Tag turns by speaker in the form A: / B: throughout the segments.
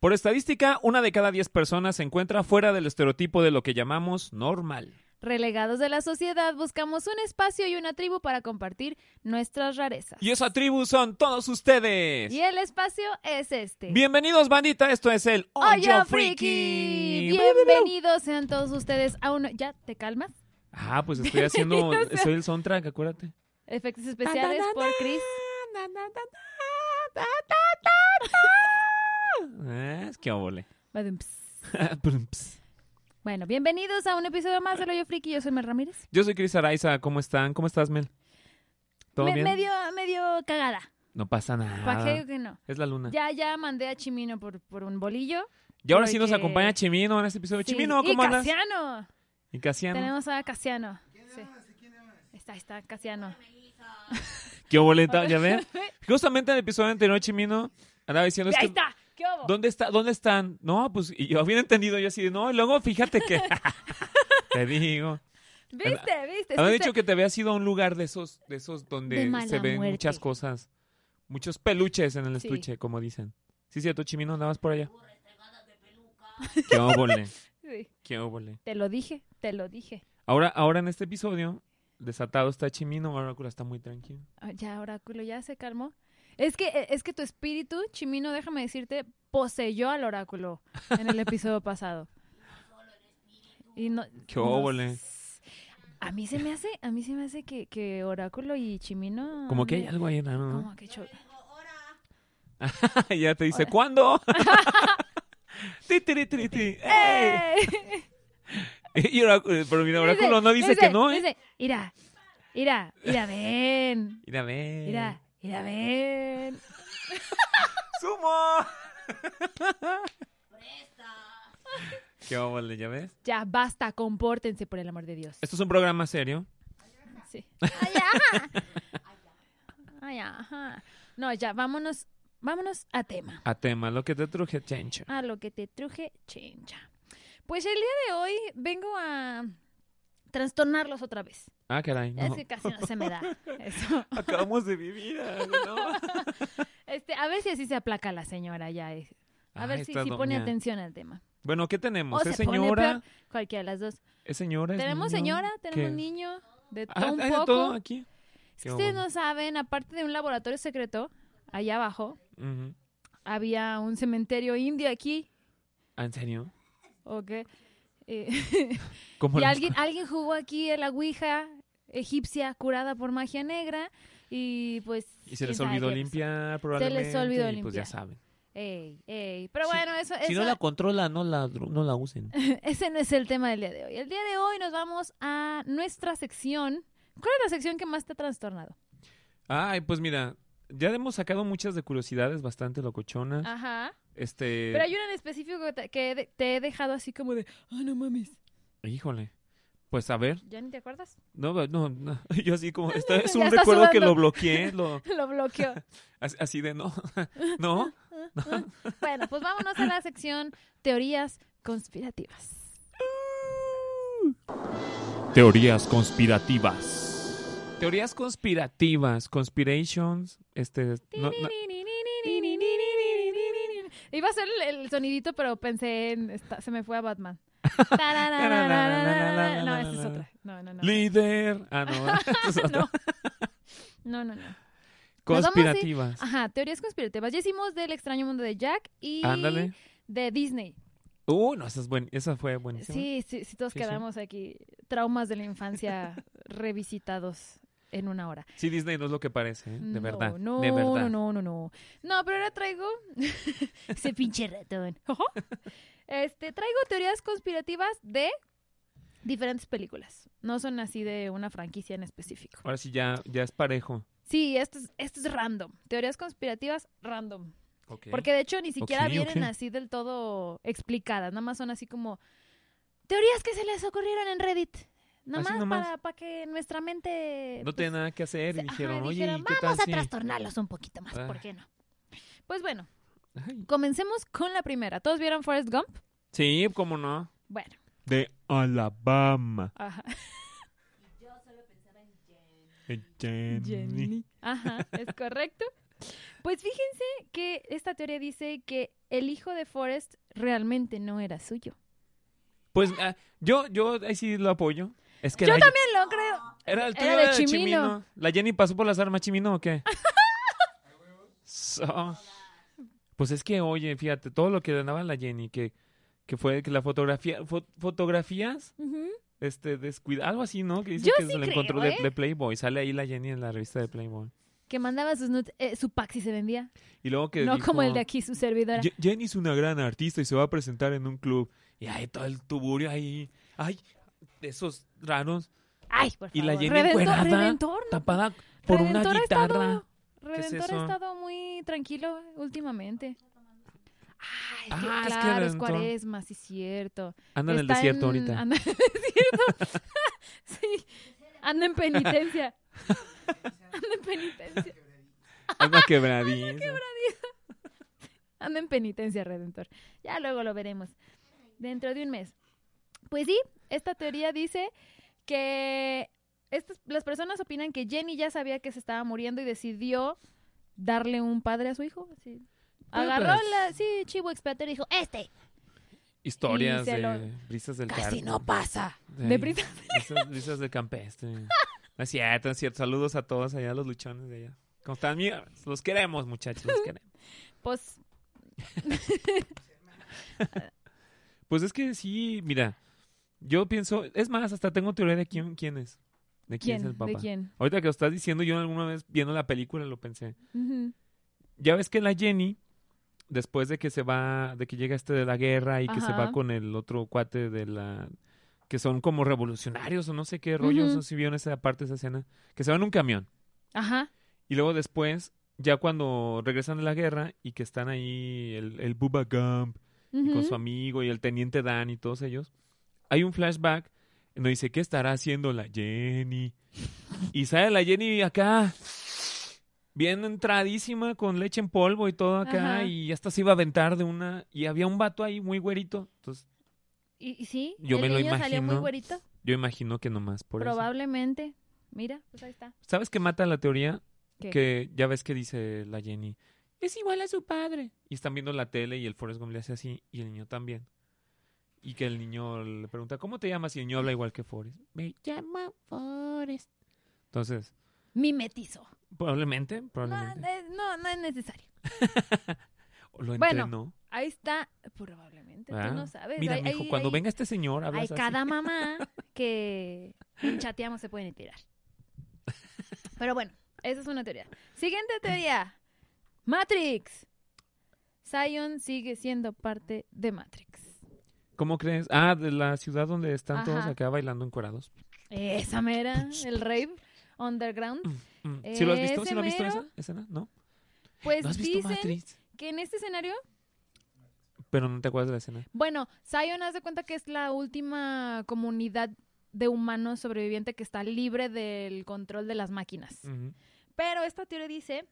A: Por estadística, una de cada diez personas se encuentra fuera del estereotipo de lo que llamamos normal.
B: Relegados de la sociedad, buscamos un espacio y una tribu para compartir nuestras rarezas.
A: Y esa tribu son todos ustedes.
B: Y el espacio es este.
A: Bienvenidos, bandita. Esto es el
B: ¡Oye,
A: Oyo Friki.
B: Bienvenidos sean todos ustedes a un... ¿Ya te calmas?
A: Ah, pues estoy haciendo. Soy el soundtrack, acuérdate.
B: Efectos especiales por Chris.
A: Ah, es que obole.
B: Badum, ps. Bueno, bienvenidos a un episodio más del Hoyo Friki. Yo soy Mel Ramírez.
A: Yo soy Cris Araiza. ¿Cómo están? ¿Cómo estás, Mel? ¿Todo
B: Me-
A: bien?
B: Medio, medio cagada.
A: No pasa
B: ¿Para qué
A: nada.
B: que no?
A: Es la luna.
B: Ya, ya mandé a Chimino por, por un bolillo.
A: Y ahora sí nos
B: porque-
A: acompaña Chimino en este episodio.
B: Sí.
A: Chimino,
B: y
A: ¿cómo andas?
B: Casiano.
A: Y Casiano.
B: Tenemos a Casiano. Sí. Está, está, Casiano.
A: ¿Qué boleta? ¿Ya ven? Justamente en el episodio anterior, Chimino andaba diciendo... es
B: Ahí
A: que-
B: está. ¿Qué hubo?
A: ¿Dónde, está, ¿Dónde están? No, pues y yo había entendido yo así de, no, y luego fíjate que... te digo.
B: ¿Viste? ¿Viste?
A: Habían
B: Es que
A: dicho que te habías ido a un lugar de esos, de esos donde
B: De mala
A: se ven
B: muerte.
A: muchas cosas. Muchos peluches en el
B: Sí.
A: estuche, como dicen. Sí, cierto, Chimino, andabas por allá. Qué óvole,
B: te- sí,
A: qué óvole.
B: Te lo dije, te lo dije.
A: Ahora, ahora en este episodio, desatado está Chimino, Oráculo está muy tranquilo.
B: Ah, Ya, oráculo, ya se calmó. Es que, eh, es que tu espíritu, Chimino, déjame decirte, poseyó al oráculo en el episodio pasado. Y no,
A: Qué óvole.
B: s- A mí se me hace, a mí se me hace que, que oráculo y Chimino.
A: Como que hay
B: me-
A: algo ahí raro, ¿no?
B: Como que cho-
A: ya te dice, ¿cuándo? Ti, ti, ti, ti, ti. ¡Ey!
B: Eh. ¡Ey!
A: Y oráculo, pero mira, oráculo no dice que no, ¿eh?
B: Dice, mira, mira, mira, ven.
A: Mira, ve.
B: Mira, mira, ven.
A: ¡Sumo! Qué óvole, ¿ya ves?
B: Ya, basta, compórtense, por el amor de Dios.
A: Esto es un programa serio.
B: Sí. Ay, ajá. Ay, ajá. No, ya, vámonos, vámonos a tema.
A: A tema, lo que te truje, chencho.
B: A lo que te truje, chencha. Pues el día de hoy vengo a trastornarlos otra vez.
A: Ah, caray, no.
B: Es que casi no se me da eso.
A: Acabamos de vivir algo, ¿no?
B: Este, a ver si así se aplaca la señora ya. eh. A
A: Ah,
B: ver si,
A: esta
B: si pone
A: doña.
B: atención al tema.
A: Bueno, ¿qué
B: O
A: tenemos?
B: se
A: ¿Es
B: pone
A: señora?
B: peor, cualquiera de las dos.
A: ¿Es señora? ¿Es
B: Tenemos
A: niño?
B: señora, tenemos
A: ¿Qué?
B: niño, de
A: Ah,
B: todo un
A: ¿hay
B: poco.
A: de todo aquí?
B: Es
A: Qué
B: que ustedes
A: bueno.
B: no saben, aparte de un laboratorio secreto, allá abajo,
A: Ujú.
B: había un cementerio indio aquí,
A: Ah, ¿En serio?
B: ¿o qué? Eh,
A: ¿Cómo
B: y
A: lo-
B: alguien, alguien jugó aquí en la Ouija egipcia curada por magia negra y pues...
A: Y se
B: quién
A: les
B: sabe
A: olvidó
B: qué pasó.
A: limpiar, probablemente.
B: olvidó
A: y Pues ya
B: limpiar.
A: saben.
B: Ey, ey. Pero
A: Si-
B: bueno, eso,
A: Si
B: eso-
A: no la controla, no la, dro- no la usen.
B: ese no es el tema del día de hoy. El día de hoy nos vamos a nuestra sección. ¿Cuál es la sección que más te ha trastornado?
A: Ay, pues mira, ya hemos sacado muchas de curiosidades bastante locochonas.
B: Ajá.
A: Este.
B: Ah, Pero hay una en específico que te, que de- te he dejado así como de, ah, no mames.
A: Híjole. Pues a ver,
B: ¿Ya ni te acuerdas?
A: no, no, no. yo así como, esto es
B: Ya
A: un
B: está
A: recuerdo que
B: sudando.
A: lo bloqueé, lo,
B: Lo bloqueó.
A: así- así de no, no,
B: Bueno, pues vámonos a la sección teorías conspirativas.
A: Teorías conspirativas. Teorías conspirativas, conspirations, este, no, no,
B: Iba a ser el, el sonidito, pero pensé en... esta- se me fue a Batman. No, esa es otra. No, no, no.
A: líder, ah no, esa es otra.
B: No. No, no, no. Nos vamos a ir-
A: conspirativas.
B: Ajá, teorías conspirativas. Ya hicimos del extraño mundo de Jack y
A: Ándale.
B: de Disney.
A: Uh, no, esa es buen, esa fue buenísima.
B: Sí, sí, sí, todos
A: Sí, sí.
B: quedamos aquí. Traumas de la infancia revisitados en una hora.
A: Sí, Disney no es lo que parece, ¿eh? de
B: No,
A: verdad,
B: No,
A: de verdad.
B: no, no, no, no. No, pero ahora traigo ese pinche ratón. Este, traigo teorías conspirativas de diferentes películas. No son así de una franquicia en específico.
A: Ahora sí ya, ya es parejo.
B: Sí, esto es, esto es random. Teorías conspirativas random.
A: Ok.
B: Porque de hecho ni siquiera
A: Ok,
B: vienen
A: ok.
B: así del todo explicadas, nada más son así como teorías que se les ocurrieron en Reddit. Nada
A: Así
B: más
A: nomás.
B: para, para que nuestra mente...
A: no
B: pues,
A: tenía nada que hacer y
B: se- ajá,
A: dijeron, oye,
B: dijeron,
A: ¿y ¿qué tal
B: vamos a
A: si-"
B: trastornarlos un poquito más,
A: Ah.
B: ¿por qué no? Pues bueno,
A: Ay.
B: comencemos con la primera. ¿Todos vieron Forrest Gump?
A: Sí, cómo no.
B: Bueno,
A: De Alabama.
B: ajá.
A: Jenny.
B: Ajá, es correcto. Pues fíjense que esta teoría dice que el hijo de Forrest realmente no era suyo.
A: Pues ah, yo, yo ahí sí lo apoyo. Es que
B: Yo
A: la-
B: también lo creo.
A: Era el
B: Era
A: tuyo
B: de
A: era de Chimino.
B: Chimino.
A: ¿La Jenny pasó por las armas Chimino o qué? So- Pues es que, oye, fíjate, todo lo que ganaba la Jenny, que, que fue que la fotografía, fo- fotografías,
B: Ujú.
A: este, descuida, algo así, ¿no? Que dice
B: Yo
A: que
B: sí
A: se la
B: creo,
A: encontró de,
B: ¿eh?
A: de Playboy. Sale ahí la Jenny en la revista de Playboy.
B: Que mandaba sus nudes, eh, su pack si se vendía.
A: Y luego que
B: No
A: dijo,
B: como el de aquí, su servidora.
A: "Ye- Jenny es una gran artista y se va a presentar en un club. Y hay todo el tuburio ahí. Ay, de esos raros,
B: Ay, por favor.
A: Y la Jenny
B: Redentor,
A: encuerada,
B: Redentor, no.
A: tapada por
B: Redentor
A: una
B: ha
A: guitarra.
B: estado-
A: es
B: Redentor ha
A: eso?
B: estado muy tranquilo últimamente. Ay, es que,
A: Ah, es que
B: claro, es,
A: Redentor.
B: cuaresma, sí, cierto.
A: Anda en el
B: Está
A: desierto ahorita.
B: Anda en el desierto. sí. Anda en penitencia. Anda en penitencia.
A: Alma quebradiza.
B: Anda en penitencia, Redentor. Ya luego lo veremos. Dentro de un mes. Pues sí, esta teoría dice que estas, las personas opinan que Jenny ya sabía que se estaba muriendo y decidió darle un padre a su hijo. así. Agarró
A: pues-
B: la, sí, chivo expiatorio y dijo, este
A: Historias
B: Y se
A: de
B: lo-
A: brisas del
B: casi
A: car-
B: no pasa.
A: de-
B: De brisa-
A: brisas, brisas del campestre. No es cierto, no es cierto. Saludos a todos allá, los luchones de allá. ¿Cómo están? Mira, Los queremos, muchachos, los queremos.
B: Pues,
A: Pues es que sí, mira, yo pienso... Es más, hasta tengo teoría de quién, quién es. ¿De quién,
B: ¿quién?
A: es el papá?
B: ¿De quién?
A: Ahorita que lo estás diciendo, yo alguna vez viendo la película lo pensé.
B: Ujú.
A: Ya ves que la Jenny, después de que se va, de que llega este de la guerra y que se va
B: Ajá.
A: con el otro cuate de la... que son como revolucionarios o no sé qué rollos,
B: Ujú.
A: no sé si vieron esa parte de esa escena, que se van en un camión.
B: Ajá.
A: Y luego después, ya cuando regresan de la guerra y que están ahí el, el Bubba Gump y con
B: Ujú.
A: su amigo y el teniente Dan y todos ellos, hay un flashback donde dice, ¿qué estará haciendo la Jenny? Y sale la Jenny acá, bien entradísima, con leche en polvo y todo acá,
B: Ajá.
A: y hasta se iba a aventar de una... Y había un vato ahí muy güerito, entonces
B: ¿Y, y sí?
A: Yo
B: ¿El
A: me lo
B: niño salió muy
A: imagino.
B: güerito?
A: yo imagino que nomás por eso.
B: Probablemente. Mira, pues ahí está.
A: ¿Sabes qué mata la teoría?
B: ¿Qué?
A: Que ya ves que dice la Jenny, es igual a su padre. Y están viendo la tele y el Forrest Gump le hace así y el niño también. Y que el niño le pregunta, ¿cómo te llamas? Y el niño habla igual que Forrest. Me llama Forrest. Entonces,
B: Mimetizo.
A: probablemente,
B: No,
A: probablemente.
B: eh, no, no es necesario.
A: o Lo
B: bueno,
A: entrenó.
B: Ahí está, probablemente.
A: Ah,
B: Tú no sabes.
A: Mira,
B: hay,
A: mijo,
B: hay-
A: cuando
B: hay-
A: venga este señor, hablas
B: Hay
A: así.
B: cada mamá que chateamos se pueden tirar. Pero bueno, esa es una teoría. Siguiente teoría. Matrix. Zion sigue siendo parte de Matrix.
A: ¿Cómo crees? Ah, de la ciudad donde están todos
B: Ajá.
A: acá bailando encuerados.
B: Esa mera, el rave underground.
A: Mm, ¿Sí lo has visto?
B: Eh, Ese
A: ¿Sí lo has visto
B: mero.
A: esa escena? ¿No?
B: Pues
A: ¿No has visto
B: dicen
A: Matrix?
B: que en este escenario
A: Pero no te acuerdas de la escena.
B: Bueno, Zion haz de cuenta que es la última comunidad de humanos sobreviviente que está libre del control de las máquinas.
A: Ujú.
B: Pero esta teoría dice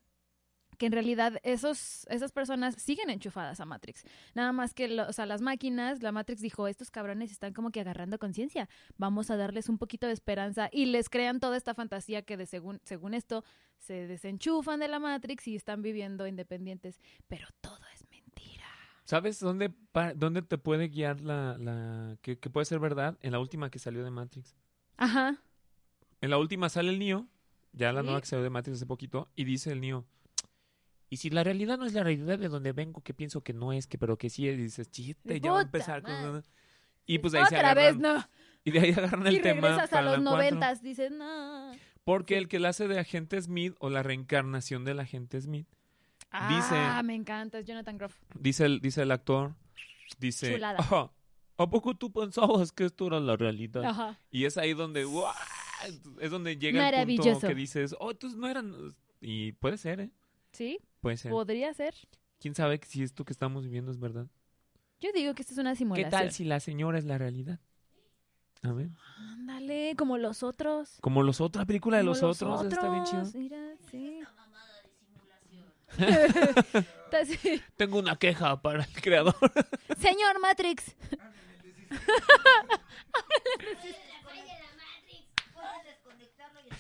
B: que en realidad esos, esas personas siguen enchufadas a Matrix. Nada más que, lo- o sea, las máquinas, la Matrix dijo, estos cabrones están como que agarrando conciencia, vamos a darles un poquito de esperanza y les crean toda esta fantasía que de según, según esto se desenchufan de la Matrix y están viviendo independientes. Pero todo es mentira.
A: ¿Sabes dónde, pa- dónde te puede guiar la... la que, que puede ser verdad? En la última que salió de Matrix.
B: Ajá.
A: En la última sale el Neo, ya la
B: Sí.
A: nueva que salió de Matrix hace poquito, y dice el Neo, y si la realidad no es la realidad de donde vengo, que pienso que no es, que pero que sí, es", y dices, chiste, ya va a
B: Puta
A: empezar con...
B: madre.
A: Y pues de ahí se
B: Otra
A: agarran,
B: vez, no.
A: y de ahí agarran el
B: Y
A: tema
B: regresas a
A: para
B: los
A: la cuatro.
B: noventas, dices, no.
A: Porque el que la hace de agente Smith o la reencarnación del agente Smith,
B: Ah, me encanta, es Jonathan Groff.
A: dice el, dice el actor, dice,
B: Chulada.
A: "Ajá, ¿a poco tú pensabas que esto era la realidad?
B: Ajá.
A: Y es ahí donde, ¡guau! es donde llega el punto
B: Maravilloso.
A: que dices, oh, entonces no eran... Y puede ser, ¿eh?
B: Sí,
A: Puede ser.
B: podría ser.
A: ¿Quién sabe si esto que estamos viviendo es verdad?
B: Yo digo que esto es una simulación.
A: ¿Qué tal si la señora es la realidad? A ver.
B: Ándale, como los otros.
A: Como los otros, la película de
B: Como
A: los, otros, está bien chido.
B: otros, Mira, sí. Está así,
A: Tengo una queja para el creador.
B: Señor Matrix.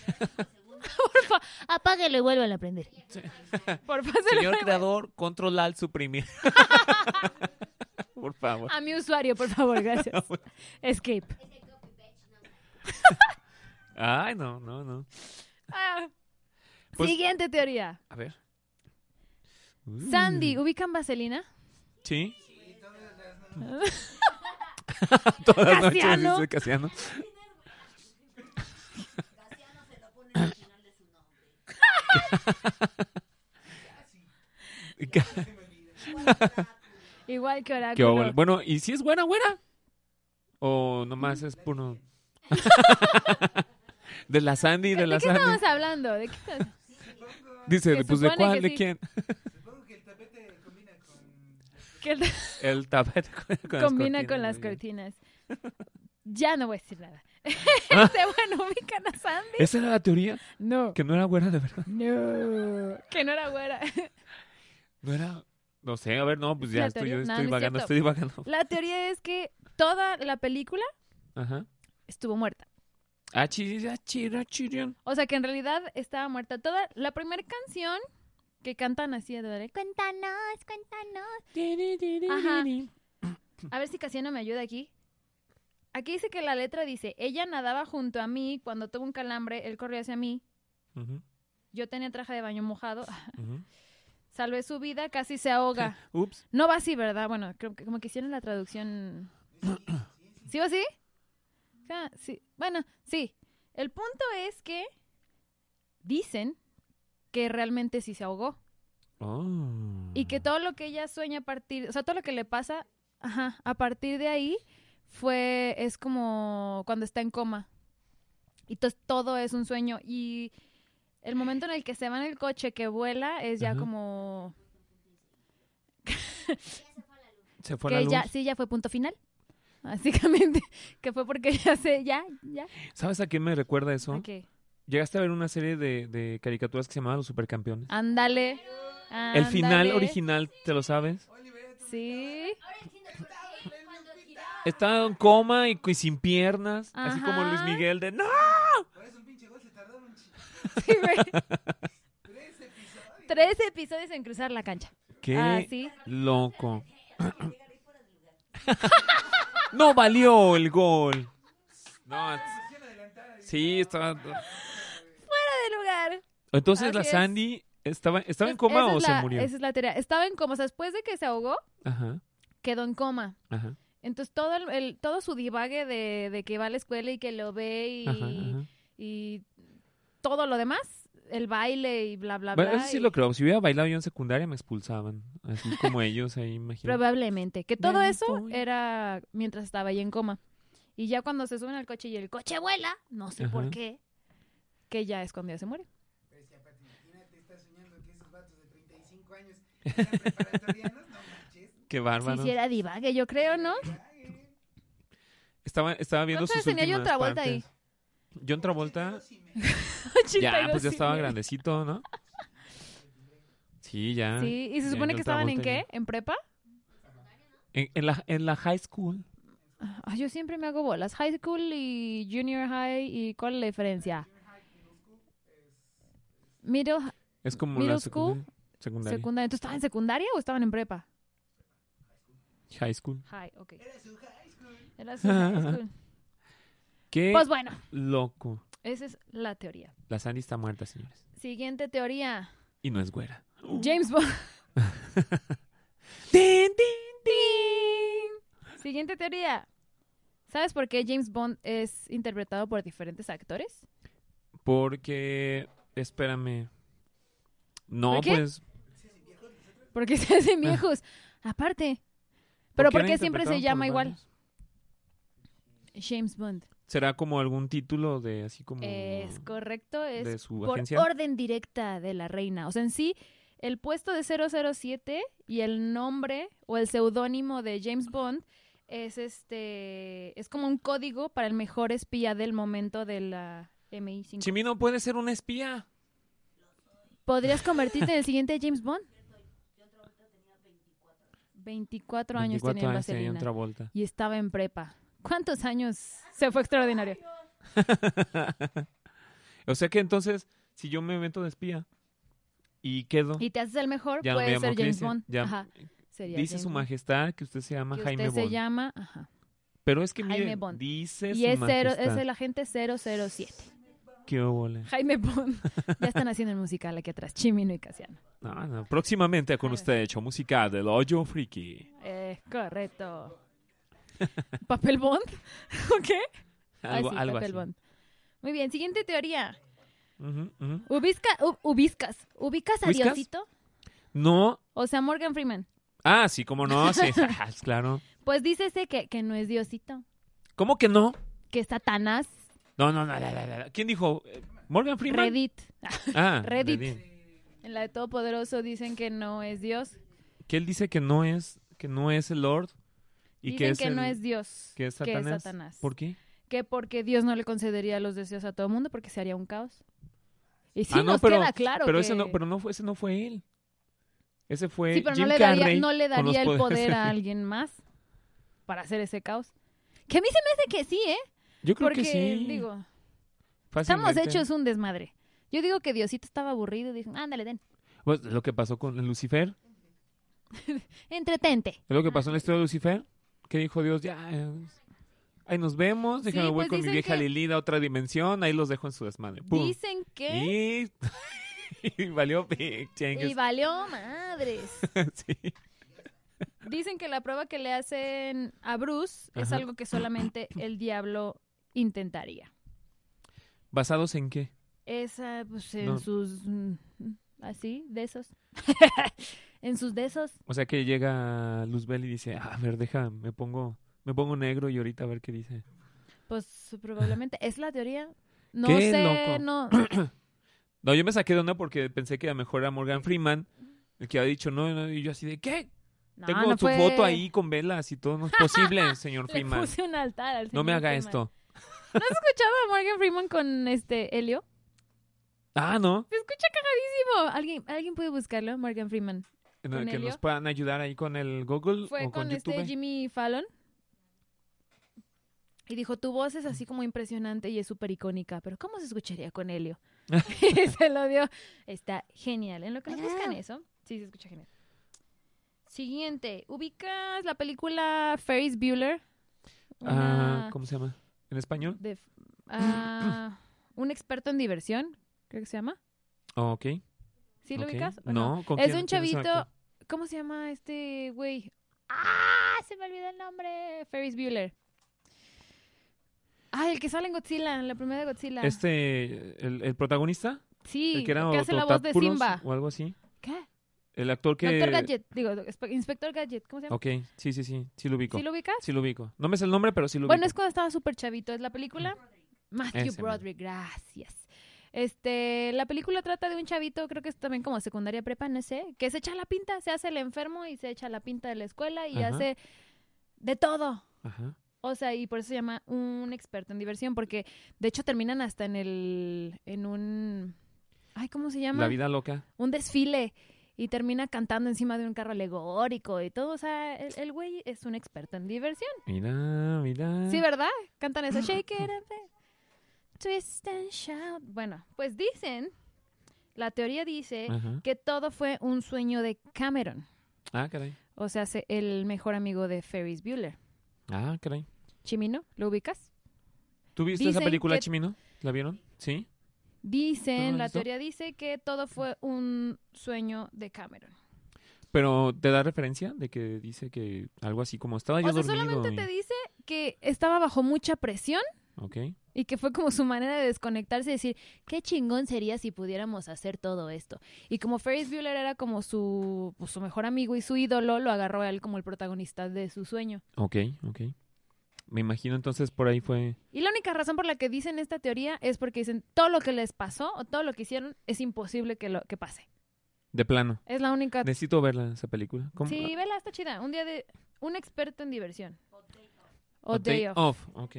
B: Porfa, apáguelo y vuelvan a aprender. Porfa, se lo-
A: Señor creador, control al suprimir. Por favor.
B: A mi usuario, por favor, gracias.
A: Ah,
B: Escape.
A: Ay, no, no, no.
B: Ah,
A: Pues-
B: Siguiente teoría.
A: A ver. Mm.
B: Sandy, ¿ubican vaselina?
A: Uh, ¿Sí? Todas las noches
B: Casiano.
A: dice Casiano. Ca-
B: Igual que
A: Qué
B: oráculo.
A: óvole. Bueno, ¿y si es buena, buena? ¿O nomás es puro...? de la Sandy, de
B: ¿De
A: la
B: qué
A: Sandy.
B: estamos hablando? ¿De qué estamos-
A: Dice,
B: que
A: pues ¿de
B: supone
A: cuál?
B: que
A: ¿De
B: sí.
A: quién?
B: que el-
A: El tapete con, con las
B: combina
A: cortinas,
B: con las
A: muy bien.
B: cortinas? Ya no voy a decir nada. Este, bueno, ubican a Sandy.
A: ¿Esa era la teoría?
B: No.
A: Que Ah. no era buena de verdad.
B: No. Que no era güera.
A: No era... No sé, a ver, no, pues ya
B: ¿La
A: estoy,
B: teoría?
A: yo
B: No,
A: estoy
B: no es
A: vagando,
B: cierto.
A: estoy vagando.
B: La teoría es que toda la película
A: Ajá.
B: estuvo muerta.
A: Ah, chi- ah, chira, chirión.
B: O sea, que en realidad estaba muerta toda. La primera canción que cantan así de cuéntanos, cuéntanos. Ajá. A ver si Casiano me ayuda aquí. Aquí dice que la letra dice, ella nadaba junto a mí, cuando tuvo un calambre, él corrió hacia mí,
A: Ujú,
B: yo tenía traje de baño mojado,
A: ujú.
B: salvé su vida, casi se ahoga.
A: Ups.
B: No va así, ¿verdad? Bueno, creo que como que hicieron la traducción. ¿Sí o sí? Ah, sí. Bueno, sí. El punto es que dicen que realmente sí se ahogó
A: Oh.
B: y que todo lo que ella sueña a partir, o sea, todo lo que le pasa ajá, a partir de ahí fue, es como cuando está en coma. Y entonces todo es un sueño y el momento en el que se va en el coche que vuela es ya
A: Ajá.
B: como
A: Se fue la
B: que
A: luz.
B: ya sí ya fue punto final básicamente que fue porque ya sé ya ya
A: ¿Sabes a quién me recuerda eso?
B: Ok.
A: Llegaste a ver una serie de, de caricaturas que se llamaba Los Supercampeones.
B: ándale
A: El final
B: ándale.
A: original, ¿te lo sabes?
B: sí
A: Estaba en coma y, y sin piernas, así como
B: Ajá.
A: Luis Miguel de ¡No!
B: sí güey tres episodios en cruzar la cancha
A: ¡Qué
B: ah sí
A: loco! ¡No valió el gol! No, sí, estaba...
B: fuera de lugar
A: Entonces la
B: Así es.
A: Sandy estaba, estaba en
B: Entonces,
A: coma
B: esa
A: o
B: es
A: se
B: la-
A: murió.
B: esa es la teoría estaba en coma o sea, después de que se ahogó
A: Ajá,
B: quedó en coma
A: ajá,
B: entonces todo el, el- todo su divague de, de que va a la escuela y que lo ve y,
A: ajá, ajá.
B: y todo lo demás el baile y bla bla
A: Bueno,
B: bla
A: eso sí
B: y-
A: lo creo. Si hubiera bailado yo en secundaria me expulsaban. Así como ellos ahí, imagínate.
B: Probablemente. Que todo
A: Danny
B: eso
A: Boy.
B: era mientras estaba ahí en coma. Y ya cuando se suben al coche y el coche vuela, no sé por
A: Ajá.
B: qué, que ya es cuando ya se muere.
A: Qué
B: Si
A: bárbaro.
B: hiciera divague, yo creo, ¿no?
A: Estaba, estaba viendo sus
B: ¿Cuántos años tenía John
A: últimas
B: Travolta ahí?
A: partes. John Travolta, ya,
B: 82
A: pues ya estaba
B: sí.
A: grandecito, ¿no? Sí, ya.
B: Sí, y se
A: Ya
B: supone que
A: John
B: estaban en
A: Travolta ya.
B: qué? ¿En prepa?
A: En, en la, en la high school.
B: Ah, yo siempre me hago bolas. High school y junior high, ¿y cuál es la diferencia? Middle,
A: Es como
B: Middle
A: la
B: school,
A: secundaria. secundaria.
B: secundaria. ¿Entonces estaban en secundaria o estaban en prepa?
A: High school.
B: High, ok. Era su high school.
A: Qué
B: Pues bueno,
A: loco.
B: esa es la teoría.
A: La Sandy está muerta, señores.
B: Siguiente teoría.
A: Y no es güera.
B: James Bond.
A: Tin, tin.
B: Siguiente teoría. ¿Sabes por qué James Bond es interpretado por diferentes actores?
A: Porque, espérame. No,
B: ¿Por qué?
A: pues,
B: Porque se hacen viejos. Aparte, Pero
A: ¿por
B: ¿por
A: qué
B: qué
A: era
B: siempre se
A: interpretado
B: llama
A: por
B: igual?
A: varios?
B: James Bond.
A: ¿Será como algún título de así como
B: Es correcto, es
A: Mm, de su
B: por
A: agencia?
B: orden directa de la reina. O sea, en sí, el puesto de 007 y el nombre o el seudónimo de James Bond es este es como un código para el mejor espía del momento de la MI5.
A: Chimino puede ser un espía.
B: ¿Podrías convertirte en el siguiente James Bond? 24 años
A: 24
B: tenía el
A: años tenía
B: Vaselina
A: otra vuelta.
B: y estaba en prepa. ¿Cuántos años? Se fue extraordinario.
A: o sea que entonces, si yo me meto de espía y quedo,
B: Y te haces el mejor,
A: Ya no me
B: puede
A: llamo
B: ser James
A: Christian,
B: Bond.
A: ya-
B: Ajá. Sería
A: dice
B: James
A: su
B: Bond.
A: majestad que usted se llama
B: Que
A: Jaime
B: usted
A: Bond.
B: se llama, ajá.
A: Pero es que
B: Jaime
A: mire,
B: Bond.
A: dice
B: Y
A: su
B: es, cero,
A: majestad.
B: es el agente 007.
A: Qué óvole.
B: Jaime Bond. ya están haciendo el musical aquí atrás, Chimino y Casiano.
A: No, no, Próximamente con
B: Ay.
A: usted hecho musical del hoyo friki.
B: Es Eh, correcto. ¿Papel Bond? ¿O qué? Ah,
A: Algo,
B: sí,
A: algo
B: papel
A: así.
B: Bond. Muy bien, siguiente teoría.
A: Ujú, ujú.
B: Ubisca, u- ubiscas. ¿Ubicas a
A: ¿Ubiscas?
B: Diosito?
A: No.
B: O sea, Morgan Freeman.
A: Ah, sí, cómo no. Sí, ajá, claro.
B: Pues dícese que, que no es Diosito,
A: ¿Cómo que no?
B: que es Satanás.
A: No, no, no. no, no, no. ¿Quién dijo? Eh, ¿Morgan Freeman?
B: Reddit.
A: Ah,
B: Reddit. En la de Todopoderoso dicen que no es Dios.
A: Que él dice que no es, que no es el Lord. Y
B: dicen
A: que,
B: que,
A: es el-
B: no es Dios.
A: que es Satanás.
B: Satanás.
A: ¿Por qué?
B: que porque Dios no le concedería los deseos a todo el mundo porque se haría un caos. Y sí
A: Ah, no,
B: nos
A: pero-
B: queda claro
A: pero
B: que...
A: ese no, pero no fue, ese no fue él. Ese fue
B: sí, pero
A: Jim
B: no le daría,
A: Carrey
B: no le
A: con los
B: daría el
A: poderes
B: poder
A: de-
B: a alguien más para hacer ese caos. Que a mí se me hace que sí, ¿eh?
A: Yo creo
B: Porque,
A: que sí.
B: digo, estamos
A: fácilmente.
B: hechos un desmadre. Yo digo que Diosito estaba aburrido y dijo, ándale, den,
A: Pues, lo que pasó con Lucifer, es
B: entretente.
A: lo que pasó en la historia de Lucifer, que dijo Dios, ya, eh, ahí nos vemos,
B: Sí,
A: déjame voy
B: pues
A: con mi
B: dicen
A: vieja
B: que-
A: Lilith a otra dimensión, ahí los dejo en su desmadre. ¡Pum!
B: Dicen que...
A: Y... y valió big
B: Y
A: changes.
B: valió madres.
A: Sí.
B: Dicen que la prueba que le hacen a Bruce es
A: Ajá.
B: algo que solamente el diablo intentaría.
A: ¿Basados en qué?
B: Esa, pues en
A: No.
B: sus. mm, Así, de esos. en sus de esos.
A: O sea que llega Luzbel y dice, "Ah, a ver, deja, me pongo, me pongo negro y ahorita a ver qué dice.
B: Pues probablemente. Es la teoría. No
A: Qué
B: sé,
A: loco.
B: no.
A: No, yo me saqué de onda porque pensé que a lo mejor era Morgan Freeman el que había dicho no, no, y yo así de, ¿qué?
B: no,
A: Tengo
B: no
A: su
B: fue-
A: foto ahí con velas y todo, no es posible, señor
B: Le
A: Freeman.
B: puse un altar al
A: No me
B: señor
A: haga
B: Freeman.
A: esto.
B: Escuchaba a Morgan Freeman con este Helio.
A: Ah, no.
B: Se escucha cagadísimo. ¿Alguien, ¿Alguien puede buscarlo? Morgan Freeman.
A: No,
B: ¿Con
A: que
B: Helio?
A: nos puedan ayudar ahí con el Google
B: Fue
A: o con,
B: con,
A: YouTube.
B: este Jimmy Fallon. Y dijo, tu voz es así como impresionante y es súper icónica, pero ¿cómo se escucharía con Helio? y se lo dio. Está genial. En lo que nos buscan eso. Sí, se escucha genial. Siguiente. ¿Ubicas la película Ferris Bueller?
A: Ah,
B: Una-
A: ¿Cómo se llama? ¿En español?
B: de- ah, un experto en diversión, creo que se llama.
A: Oh, ok.
B: ¿Sí lo
A: ok.
B: ubicas? ¿O
A: No, ¿con
B: Es
A: quién?
B: un
A: ¿Quién el
B: chavito-
A: actor?
B: ¿Cómo se llama este güey? ¡Ah! Se me olvidó el nombre. Ferris Bueller. Ah, el que sale en Godzilla, en la primera de Godzilla.
A: Este, el, el protagonista,
B: sí,
A: el que era
B: hace la voz de
A: Ototápulos
B: Simba.
A: o algo así.
B: ¿Qué?
A: El actor que
B: Doctor Gadget, digo, Inspe- Inspector Gadget, ¿cómo se llama?
A: Ok, sí, sí, sí, sí lo ubico.
B: ¿Sí
A: Sí lo,
B: lo ubicas?
A: ubico. No me sé el nombre, pero sí lo
B: Bueno, es
A: ubico.
B: cuando estaba súper chavito, es la película. Matthew
A: Mm. Ese
B: Broderick, gracias. Este, la película trata de un chavito, creo que es también como secundaria prepa, no sé, que se echa la pinta, se hace el enfermo y se echa la pinta de la escuela y
A: Ajá.
B: hace de todo.
A: Ajá.
B: O sea, y por eso se llama un experto en diversión, porque de hecho terminan hasta en el, en un, ay, ¿cómo se llama?
A: La vida loca.
B: Un desfile y termina cantando encima de un carro alegórico y todo. O sea, el, el güey es un experto en diversión.
A: Mira, mira.
B: Sí, ¿verdad? Cantan eso, shake it up, eh, twist and shout. Bueno, pues dicen, la teoría dice
A: Ajá.
B: que todo fue un sueño de Cameron.
A: Ah, caray.
B: O sea, se- el mejor amigo de Ferris Bueller.
A: Ah, caray.
B: Chimino, ¿lo ubicas?
A: ¿Tú viste esa
B: Dicen
A: película,
B: que-
A: Chimino? ¿La vieron? Sí. ¿Tú no
B: Dicen,
A: has
B: la
A: visto?
B: teoría dice que todo fue un sueño de Cameron.
A: Pero te da referencia de que dice que algo así como estaba yo
B: o sea,
A: dormido.
B: solamente
A: y-
B: te dice que estaba bajo mucha presión
A: ¿ok?
B: Y que fue como su manera de desconectarse y decir, qué chingón sería si pudiéramos hacer todo esto. Y como Ferris Bueller era como su, pues, su mejor amigo y su ídolo, lo agarró a él como el protagonista de su sueño.
A: Ok, ok. Me imagino entonces por ahí fue...
B: Y la única razón por la que dicen esta teoría es porque dicen, todo lo que les pasó o todo lo que hicieron es imposible que, lo, que pase.
A: De ah. plano.
B: Es la única...
A: Necesito verla, esa película. ¿Cómo?
B: Sí, vela, está chida. Un día de... Un experto en diversión.
A: O
B: O day off.
A: ok.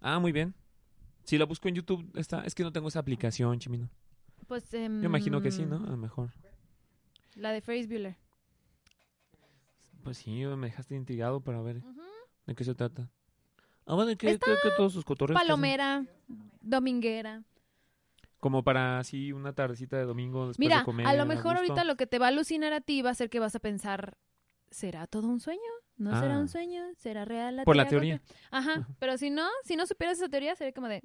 A: Ah, muy bien. Si la busco en YouTube, está... es que no tengo esa aplicación, Chimino.
B: Pues,
A: Yo imagino que sí,
B: em,
A: ¿no? A lo mejor.
B: La de Ferris Bueller.
A: Pues sí, me dejaste intrigado para ver
B: Ujú.
A: de qué se trata. Ah, bueno, que, que, que todos sus cotorreos. que hacen.
B: Palomera, dominguera.
A: Como para así una tardecita de domingo después
B: Mira,
A: de comer.
B: a lo mejor
A: gusto.
B: ahorita lo que te va a alucinar a ti va a ser que vas a pensar, ¿será todo un sueño? ¿No será
A: Ah.
B: un sueño? ¿Será real
A: Por la teoría.
B: conspira-?" Ajá,
A: Ajá.
B: pero si no, si no supieras esa teoría, sería como de, ¡eh!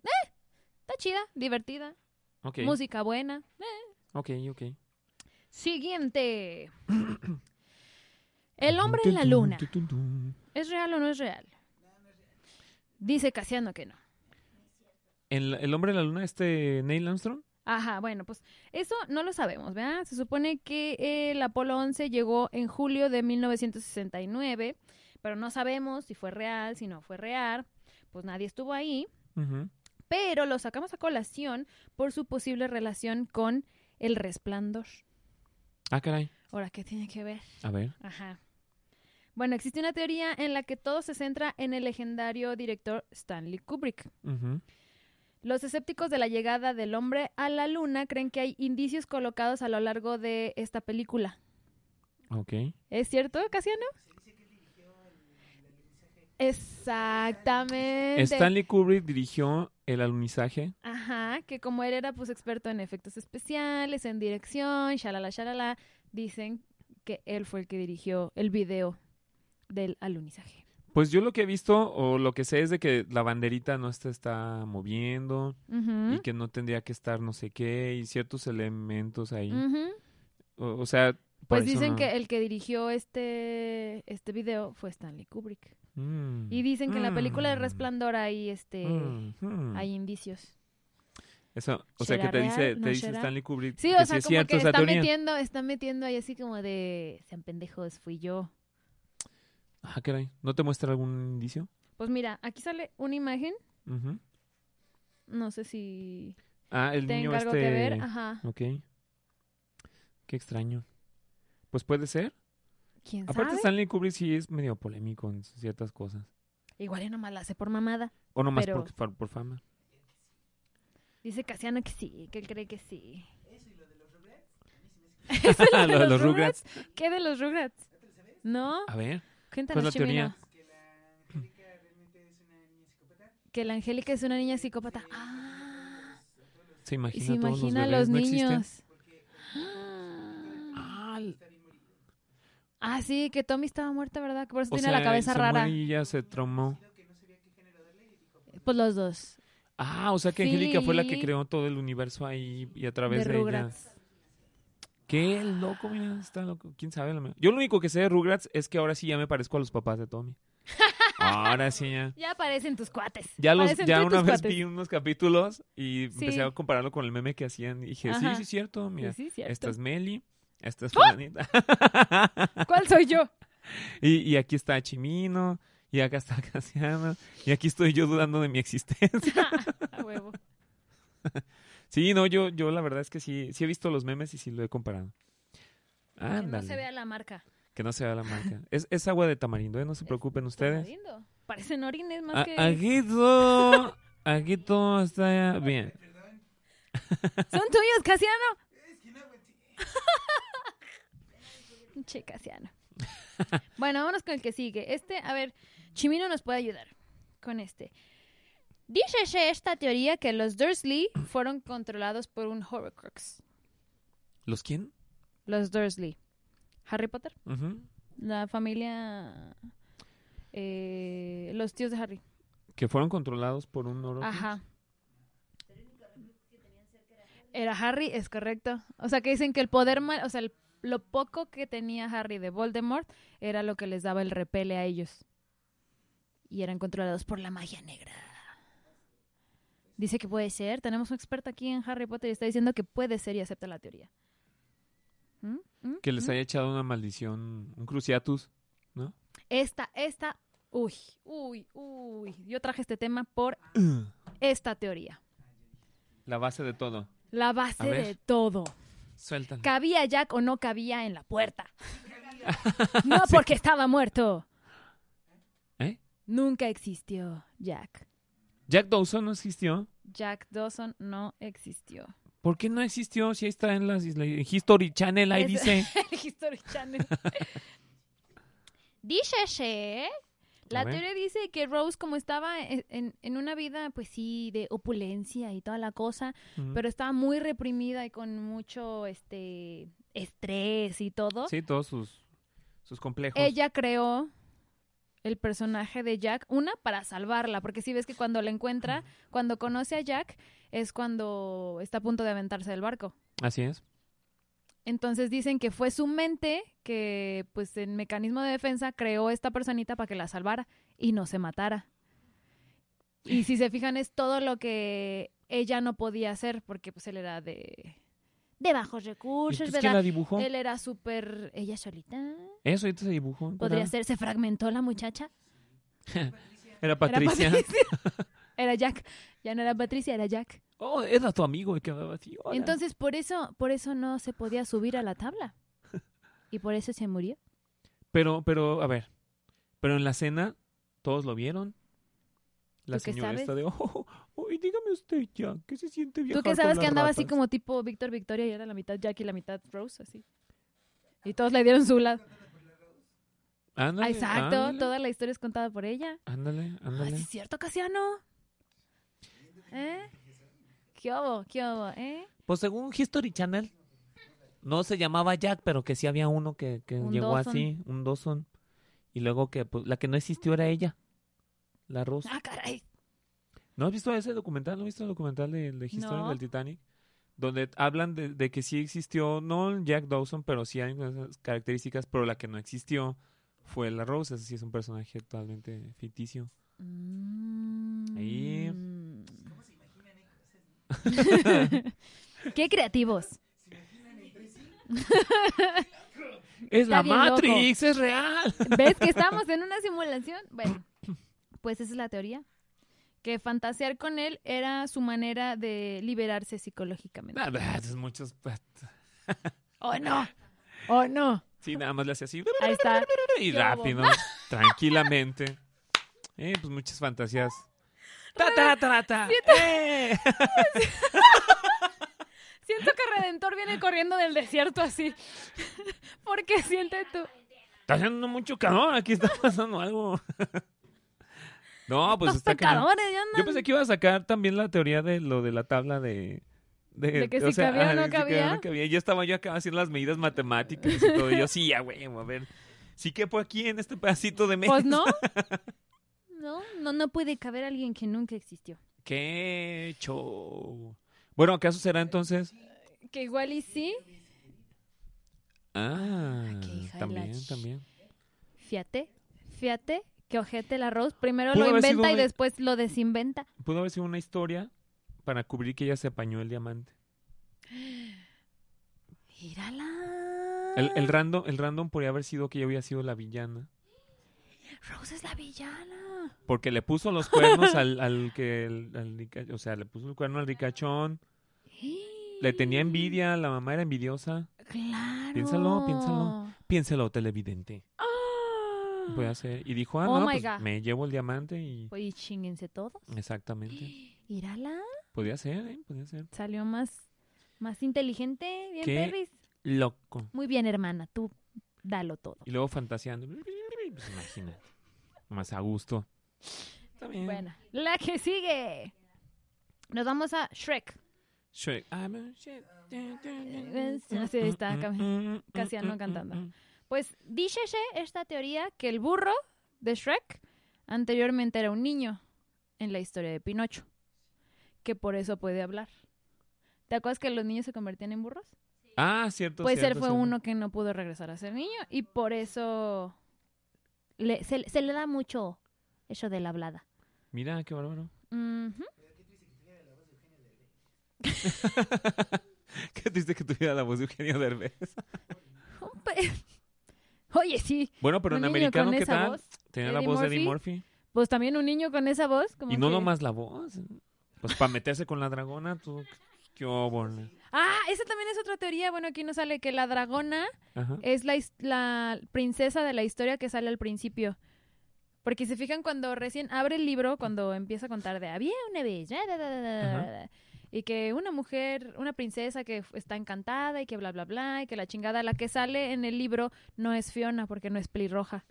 B: Está chida, divertida,
A: Ok,
B: música buena.
A: ok, ok.
B: Siguiente. El hombre en la luna. ¿Es real o no es real? Dice Casiano que no.
A: ¿El, el hombre en la luna, este Neil Armstrong?
B: Ajá, bueno, pues eso no lo sabemos, ¿verdad? Se supone que eh, el Apolo 11 llegó en julio de 1969, pero no sabemos si fue real, si no fue real, pues nadie estuvo ahí,
A: Ujú.
B: pero lo sacamos a colación por su posible relación con el resplandor.
A: Ah, caray.
B: Ahora, ¿qué tiene que ver?
A: A ver.
B: Ajá. Bueno, existe una teoría en la que todo se centra en el legendario director Stanley Kubrick.
A: Ujú.
B: Los escépticos de la llegada del hombre a la luna creen que hay indicios colocados a lo largo de esta película.
A: Ok.
B: ¿Es cierto, Casiano? Exactamente.
A: Stanley Kubrick dirigió el alunizaje.
B: Ajá, que como él era pues experto en efectos especiales, en dirección, shalala, shalala, dicen que él fue el que dirigió el video del alunizaje.
A: Pues yo lo que he visto o lo que sé es de que la banderita no se está moviendo
B: Ujú,
A: y que no tendría que estar no sé qué y ciertos elementos ahí.
B: ujú.
A: O, o sea, por
B: ¿Mm? Pues
A: eso
B: dicen
A: no.
B: que el que dirigió este, este video fue Stanley Kubrick.
A: Mm.
B: Y dicen que en la película de
A: Mm.
B: Resplandor hay este
A: Mm, mm.
B: hay indicios.
A: Eso, o sea,
B: ¿Será
A: que te dice,
B: real?
A: te
B: ¿No
A: dice
B: será?
A: Stanley Kubrick
B: Sí,
A: que
B: o
A: sí
B: sea,
A: es
B: como
A: cierto
B: que
A: esa
B: está
A: teoría.
B: metiendo, está metiendo ahí así como de sean pendejos, fui yo.
A: Ah, caray. ¿No te muestra algún indicio?
B: Pues mira, aquí sale una imagen,
A: Ujú.
B: no sé si
A: Ah, el niño
B: tenga algo
A: este...
B: que ver, ajá.
A: Ok. Qué extraño. Pues puede ser.
B: ¿Quién
A: Aparte
B: sabe?
A: Stanley Kubrick sí es medio polémico en ciertas cosas.
B: Igual y nomás la hace por mamada.
A: O nomás
B: Pero-
A: por, por- por fama.
B: Dice Casiano que sí, que él cree que sí.
A: Lo de los Rugrats.
B: ¿Qué de los Rugrats? No,
A: A ver, ¿cuál es la
B: cuéntanos,
A: teoría?
B: Chimino. Que la Angélica es una niña psicópata. Ah,
A: ¿Se
B: y
A: imagina,
B: se
A: a todos los
B: imagina a
A: bebés?
B: los
A: ¿No existen?
B: niños. Ah.
A: Ah,
B: Ah, sí, que Tommy estaba muerta, ¿verdad? Que Por eso
A: o
B: tiene
A: sea,
B: la cabeza
A: se
B: rara.
A: muere y ya se traumó.
B: Pues los dos.
A: Ah, o sea que Angélica fue la que
B: Sí.
A: creó todo el universo ahí y a
B: De
A: través de, ella.
B: Rugrats.
A: Qué loco, mira, está loco. ¿Quién sabe? a lo mejor? Yo lo único que sé de Rugrats es que ahora sí ya me parezco a los papás de Tommy. Ahora sí ya.
B: Ya aparecen tus cuates.
A: Ya, los,
B: Aparecen tú
A: ya
B: y
A: una
B: tus
A: vez
B: cuates.
A: vi unos capítulos y
B: Sí.
A: empecé a compararlo con el meme que hacían. Y dije, sí,
B: Ajá.
A: sí, es cierto. Mira,
B: Sí, sí, cierto. ¡Ah!
A: esta es Meli, esta es Fulanita.
B: ¿Cuál soy yo?
A: y, y aquí está Chimino, y acá está Casiano, y aquí estoy yo dudando de mi existencia.
B: A huevo.
A: Sí, no, yo, yo la verdad es que sí, sí he visto los memes y sí lo he comparado.
B: Que
A: Ándale,
B: no se vea la marca.
A: que no se vea la marca. Es, es agua de tamarindo, ¿eh? no se preocupen ustedes. Ah,
B: Tamarindo. Parecen orines más
A: A-
B: que...
A: Aquí todo, aquí todo está bien.
B: Son tuyos, Casiano. che, Casiano. Bueno, vámonos con el que sigue. Este, a ver, Chimino nos puede ayudar con este. Dícese esta teoría que los Dursley fueron controlados por un Horcrux.
A: ¿Los quién?
B: Los Dursley. Harry Potter,
A: Ujú.
B: la familia... eh, los tíos de Harry.
A: Que fueron controlados por un oro.
B: Ajá. Era Harry, es correcto. O sea, que dicen que el poder, ma- o sea, el- lo poco que tenía Harry de Voldemort era lo que les daba el repele a ellos. Y eran controlados por la magia negra. Dice que puede ser. Tenemos un experto aquí en Harry Potter y está diciendo que puede ser y acepta la teoría. ¿Mm? ¿Mm?
A: Que les
B: ¿Mm?
A: haya echado una maldición, un cruciatus.
B: Esta, esta, uy, uy, uy. Yo traje este tema por
A: Ah.
B: esta teoría.
A: La base de todo.
B: La base
A: ver.
B: de todo.
A: Suéltala.
B: ¿Cabía Jack o no cabía en la puerta? No porque estaba muerto.
A: ¿Eh?
B: Nunca existió Jack.
A: Jack Dawson no existió.
B: Jack Dawson no existió.
A: ¿Por qué no existió? Si ahí está en las isla- en History Channel, ahí
B: Es-
A: dice.
B: El History Channel. Dícese. La
A: A ver.
B: teoría dice que Rose, como estaba en, en- en una vida, pues sí, de opulencia y toda la cosa,
A: Ujú.
B: pero estaba muy reprimida y con mucho este estrés y todo.
A: Sí, todos sus, sus complejos.
B: Ella creó el personaje de Jack, una para salvarla, porque si ves que cuando la encuentra, cuando conoce a Jack, es cuando está a punto de aventarse del barco.
A: Así es.
B: Entonces dicen que fue su mente que, pues, en mecanismo de defensa creó esta personita para que la salvara y no se matara. Y si se fijan, es todo lo que ella no podía hacer, porque pues él era de, de bajos recursos,
A: entonces quién
B: ¿verdad?
A: la dibujó?
B: Él era súper... ella solita.
A: Eso, ahorita se dibujó.
B: Podría
A: Era-
B: ser, se fragmentó la muchacha.
A: Era Patricia.
B: Era Patricia. Era Jack. Ya no era Patricia, era Jack.
A: Oh, era tu amigo y que hablaba así. hola.
B: Entonces, por eso, por eso no se podía subir a la tabla. Y por eso se murió.
A: Pero, pero, a ver. Pero en la cena, todos lo vieron. La
B: ¿Tú qué
A: señora
B: sabes?
A: esta de, oh, oh, oh, y dígame usted ya, ¿qué se siente viajar
B: Tú que
A: con
B: sabes
A: las
B: que andaba así
A: ratas?"
B: como tipo Víctor Victoria y era la mitad Jack y la mitad Rose, así. Y todos le dieron su lado.
A: Ándale,
B: Ah, Exacto,
A: ándale,
B: toda la historia es contada por ella.
A: Ándale,
B: Ah,
A: ándale.
B: ¿sí ¿Es cierto, Casiano? ¿Eh? ¿Qué hubo? ¿Qué hubo? ¿Eh?
A: Pues según History Channel, no se llamaba Jack, pero que sí había uno que, que
B: Un
A: llegó
B: Dawson.
A: así, un Dawson. Y luego que pues, la que no existió era ella, la Rose.
B: Ah, caray.
A: ¿No has visto ese documental? ¿No has visto el documental de, de History
B: No.
A: del Titanic? Donde hablan de, de que sí existió, no el Jack Dawson, pero sí hay unas características, pero la que no existió fue la Rose. Así es un personaje totalmente ficticio. Ahí.
B: Mm. Qué creativos.
A: ¡Es
B: Está
A: la
B: bien loco.
A: Matrix! ¡Es real!
B: ¿Ves que estamos en una simulación? Bueno, pues esa es la teoría. Que fantasear con él era su manera de liberarse psicológicamente.
A: Nah, bah, es muchos.
B: ¡Oh, no! ¡Oh, no!
A: Sí, nada más le hace así.
B: Ahí está.
A: Y
B: ¿Qué
A: rápido, tranquilamente. Eh, pues muchas fantasías. ¡Ta, ta, ta, ta! ¡Eh!
B: Siento que Redentor viene corriendo del desierto así. Porque siente tú.
A: Está haciendo mucho calor, aquí está pasando algo. No, pues
B: Los
A: está cañón.
B: pecadores ya andan.
A: Yo pensé que iba a sacar también la teoría de lo de la tabla de...
B: De que si cabía o no
A: de si
B: cabía.
A: no cabía. Ya estaba yo acá haciendo las medidas matemáticas y todo. Y yo, sí, ya, güey, a ver. Sí quepo aquí en este pedacito de mesa.
B: Pues no. No, no, no puede caber alguien que nunca existió.
A: ¡Qué show! Bueno, ¿acaso será entonces?
B: Que igual y sí,
A: Ah,
B: qué hija de la
A: también,
B: ch-
A: también.
B: fíjate, fíjate que ojete el arroz. Primero
A: Pudo
B: lo
A: haber sido
B: inventa y
A: una-
B: después lo desinventa.
A: Pudo haber sido una historia para cubrir que ella se apañó el diamante.
B: ¡Mírala!
A: El, el, random, el random podría haber sido que ella hubiera sido la villana.
B: Rose es la villana.
A: Porque le puso los cuernos al, al que... el- al rica- o sea, le puso el cuerno al ricachón. Le tenía envidia, la mamá era envidiosa.
B: Claro.
A: Piénsalo, piénsalo. Piénselo, televidente.
B: ¡Ah!
A: Voy a hacer. Y dijo, ah,
B: Oh
A: no,
B: my
A: pues
B: God.
A: me llevo el diamante y...
B: Pues, Y chinguense todos.
A: Exactamente.
B: Mírala.
A: Podía ser, ¿eh? Podía ser.
B: Salió más, más inteligente. Bien,
A: ¿Qué?
B: Perris.
A: Loco.
B: Muy bien, hermana. Tú dalo todo.
A: Y luego fantaseando. Pues imagínate. Más a gusto. Está bien.
B: Bueno, la que sigue. Nos vamos a Shrek.
A: Shrek. I'm a Shrek.
B: Así está,
A: Mm, mm,
B: Casiano
A: mm,
B: cantando.
A: mm,
B: Pues dícese esta teoría que el burro de Shrek anteriormente era un niño en la historia de Pinocho, que por eso puede hablar. ¿Te acuerdas que los niños se convertían en burros?
A: Ah, cierto.
B: Pues él
A: cierto,
B: fue
A: cierto.
B: uno que no pudo regresar a ser niño y por eso le- se, se le da mucho eso de la hablada.
A: Mira, qué bárbaro.
B: Ujú.
A: Qué triste que tuviera la voz de Eugenio Derbez.
B: Un pe- Oye, sí.
A: Bueno, pero
B: Un
A: en
B: niño
A: americano,
B: con
A: ¿qué
B: esa
A: tal?
B: voz.
A: Tenía la
B: Eddie
A: voz de Eddie Murphy.
B: Pues también un niño con esa voz. Como
A: Y no
B: que-
A: nomás la voz. Pues para meterse con la dragona, tú. Qué obole.
B: Ah, esa también es otra teoría. Bueno, aquí nos sale que la dragona
A: Ajá.
B: es la, his- la princesa de la historia que sale al principio. Porque se fijan cuando recién abre el libro, cuando empieza a contar de había una vez, ya, da, da, da, da,
A: Ajá.
B: da", y que una mujer, una princesa que f- está encantada y que bla, bla, bla, y que la chingada, la que sale en el libro no es Fiona porque no es pelirroja.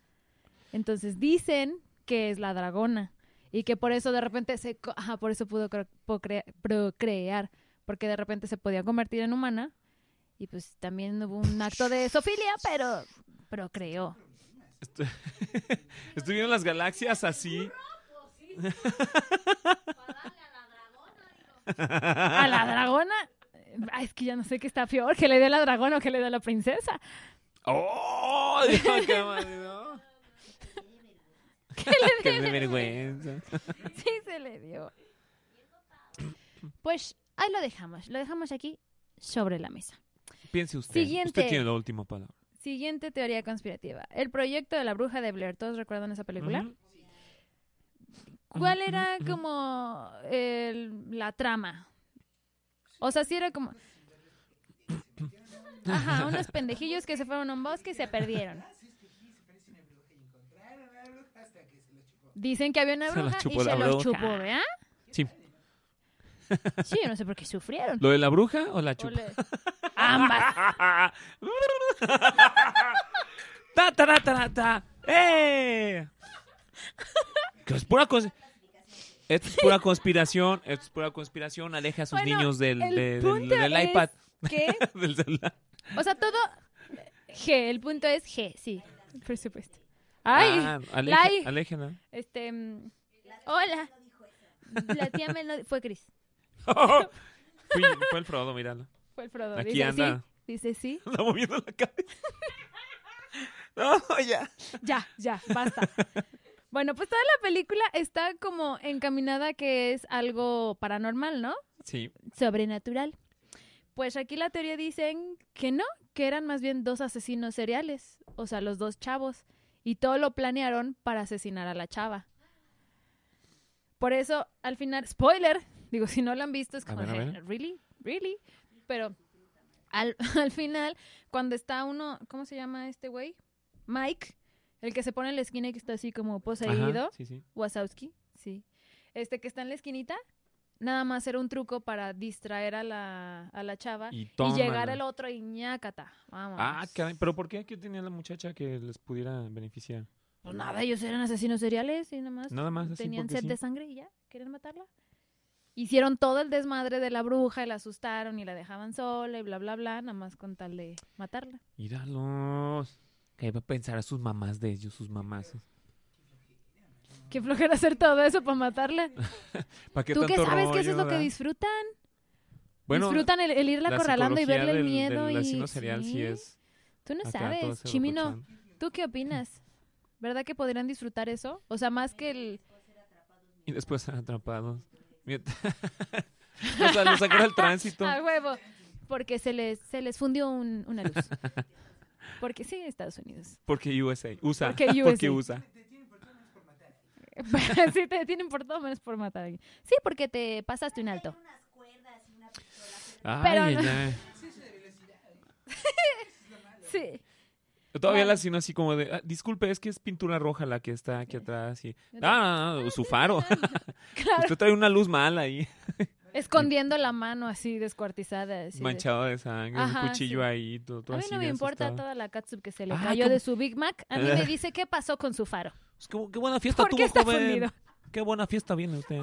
B: Entonces dicen que es la dragona y que por eso de repente se, co- ajá, por eso pudo cro- procre- procrear, porque de repente se podía convertir en humana y pues también hubo un acto de sofilia, pero procreó.
A: Estu- Estoy viendo las galaxias así.
B: A la dragona. Ay, es que ya no sé qué está peor, que le dé a la dragona o que le dé a la princesa.
A: ¡Oh! Dios, qué madre, ¿no? ¡Qué vergüenza!
B: Sí, se le dio. Pues ahí lo dejamos, lo dejamos aquí sobre la mesa.
A: Piense usted.
B: Siguiente.
A: Usted tiene la última palabra.
B: Siguiente teoría conspirativa. El proyecto de la bruja de Blair. ¿Todos recuerdan esa película?
A: Ujú.
B: ¿Cuál
A: Ujú,
B: era
A: ujú, ujú.
B: como el- la trama? O sea, sí era como... Ajá, unos pendejillos que se fueron a un bosque y se perdieron. Dicen que había una
A: Se la
B: bruja y
A: chupó
B: se
A: la
B: los
A: bruja.
B: chupó, ¿verdad?
A: Sí.
B: Sí, yo no sé por qué sufrieron.
A: ¿Lo de la bruja o la chupa?
B: Ole. Ambas.
A: ta, ta, ta, ta, ta. ¡Eh! Que es pura cons- Esto es pura conspiración. Esto es pura conspiración. Aleja a sus
B: Bueno,
A: niños del,
B: el
A: de- del-
B: punto
A: del
B: es
A: iPad.
B: ¿Qué?
A: del celular.
B: O sea, todo G, el punto es G, sí, por supuesto. Ay,
A: Ah, aleja,
B: Lai,
A: aléjenla.
B: este, mm, hola. La tía Mel no- fue Cris,
A: Fui- fue el Frodo, míralo.
B: fue el Frodo.
A: Aquí
B: dice
A: anda.
B: sí, dice sí,
A: Está moviendo la cabeza. No, ya.
B: ya, ya, basta. Bueno, pues toda la película está como encaminada a que es algo paranormal, ¿no?
A: Sí.
B: Sobrenatural. Pues aquí la teoría dicen que no, que eran más bien dos asesinos seriales, o sea, los dos chavos, y todo lo planearon para asesinar a la chava. Por eso, al final, spoiler, digo, si no lo han visto, es
A: A
B: como,
A: ver, a ver.
B: really, really, pero al, al final, cuando está uno, ¿cómo se llama este güey? Mike, el que se pone en la esquina y que está así como poseído.
A: Ajá, sí, sí.
B: Wazowski, sí. Este que está en la esquinita, nada más era un truco para distraer a la, a la chava y,
A: Y toma.
B: llegar el otro y ñácata. Vamos.
A: Ah, caray. ¿Pero por qué que tenía la muchacha que les pudiera beneficiar?
B: Pues nada, ellos eran asesinos seriales y nada más.
A: Nada más así
B: tenían
A: porque
B: sed
A: sí.
B: de sangre y ya, querían matarla. Hicieron todo el desmadre de la bruja y la asustaron y la dejaban sola y bla, bla, bla, nada más con tal de matarla.
A: Míralos. Que va a pensar a sus mamás de ellos, sus mamás.
B: Qué flojera hacer todo eso para matarla.
A: ¿Para qué
B: ¿Tú qué
A: tanto
B: sabes que eso es
A: rollo,
B: lo que
A: ¿verdad?
B: disfrutan?
A: Bueno,
B: disfrutan el, el irla
A: la
B: acorralando y
A: psicología
B: verle el
A: del-
B: miedo
A: del
B: y...
A: asesino serial sí,
B: sí.
A: es...
B: Tú no
A: acá Ah, todo
B: sabes,
A: ese
B: Chimino.
A: locochón.
B: ¿Tú qué opinas? ¿Verdad que podrían disfrutar eso? O sea, más que el...
A: Y después atrapados. Mientras- o sea, los sacaron al tránsito.
B: ¡A Ah, huevo! Porque se les, se les fundió un- una luz. Porque sí, Estados Unidos.
A: Porque USA. Usa.
B: Porque USA.
A: Porque USA.
B: sí, te detienen por todo menos por matar a alguien. Sí, porque te pasaste un alto.
A: Ay,
B: Pero no-
A: ya.
B: Sí.
A: Todavía
B: Bueno.
A: la sino así como de... "Ah, disculpe, es que es pintura roja la que está aquí atrás. Y...
B: No te-
A: Ah, no, no, su faro.
B: Claro.
A: Usted trae una luz mala ahí.
B: Escondiendo la mano así, descuartizada. así de-
A: manchado de sangre,
B: Ajá,
A: un cuchillo
B: sí.
A: ahí, todo, todo
B: A mí
A: así.
B: no me
A: bien
B: importa
A: asustado.
B: toda la catsup que se le
A: Ah,
B: cayó
A: ¿cómo?
B: de su Big Mac. A mí me dice qué pasó con su faro.
A: Pues qué, bu- qué buena fiesta
B: ¿Por
A: tuvo,
B: qué está
A: joven.
B: fundido?
A: Qué buena fiesta viene usted.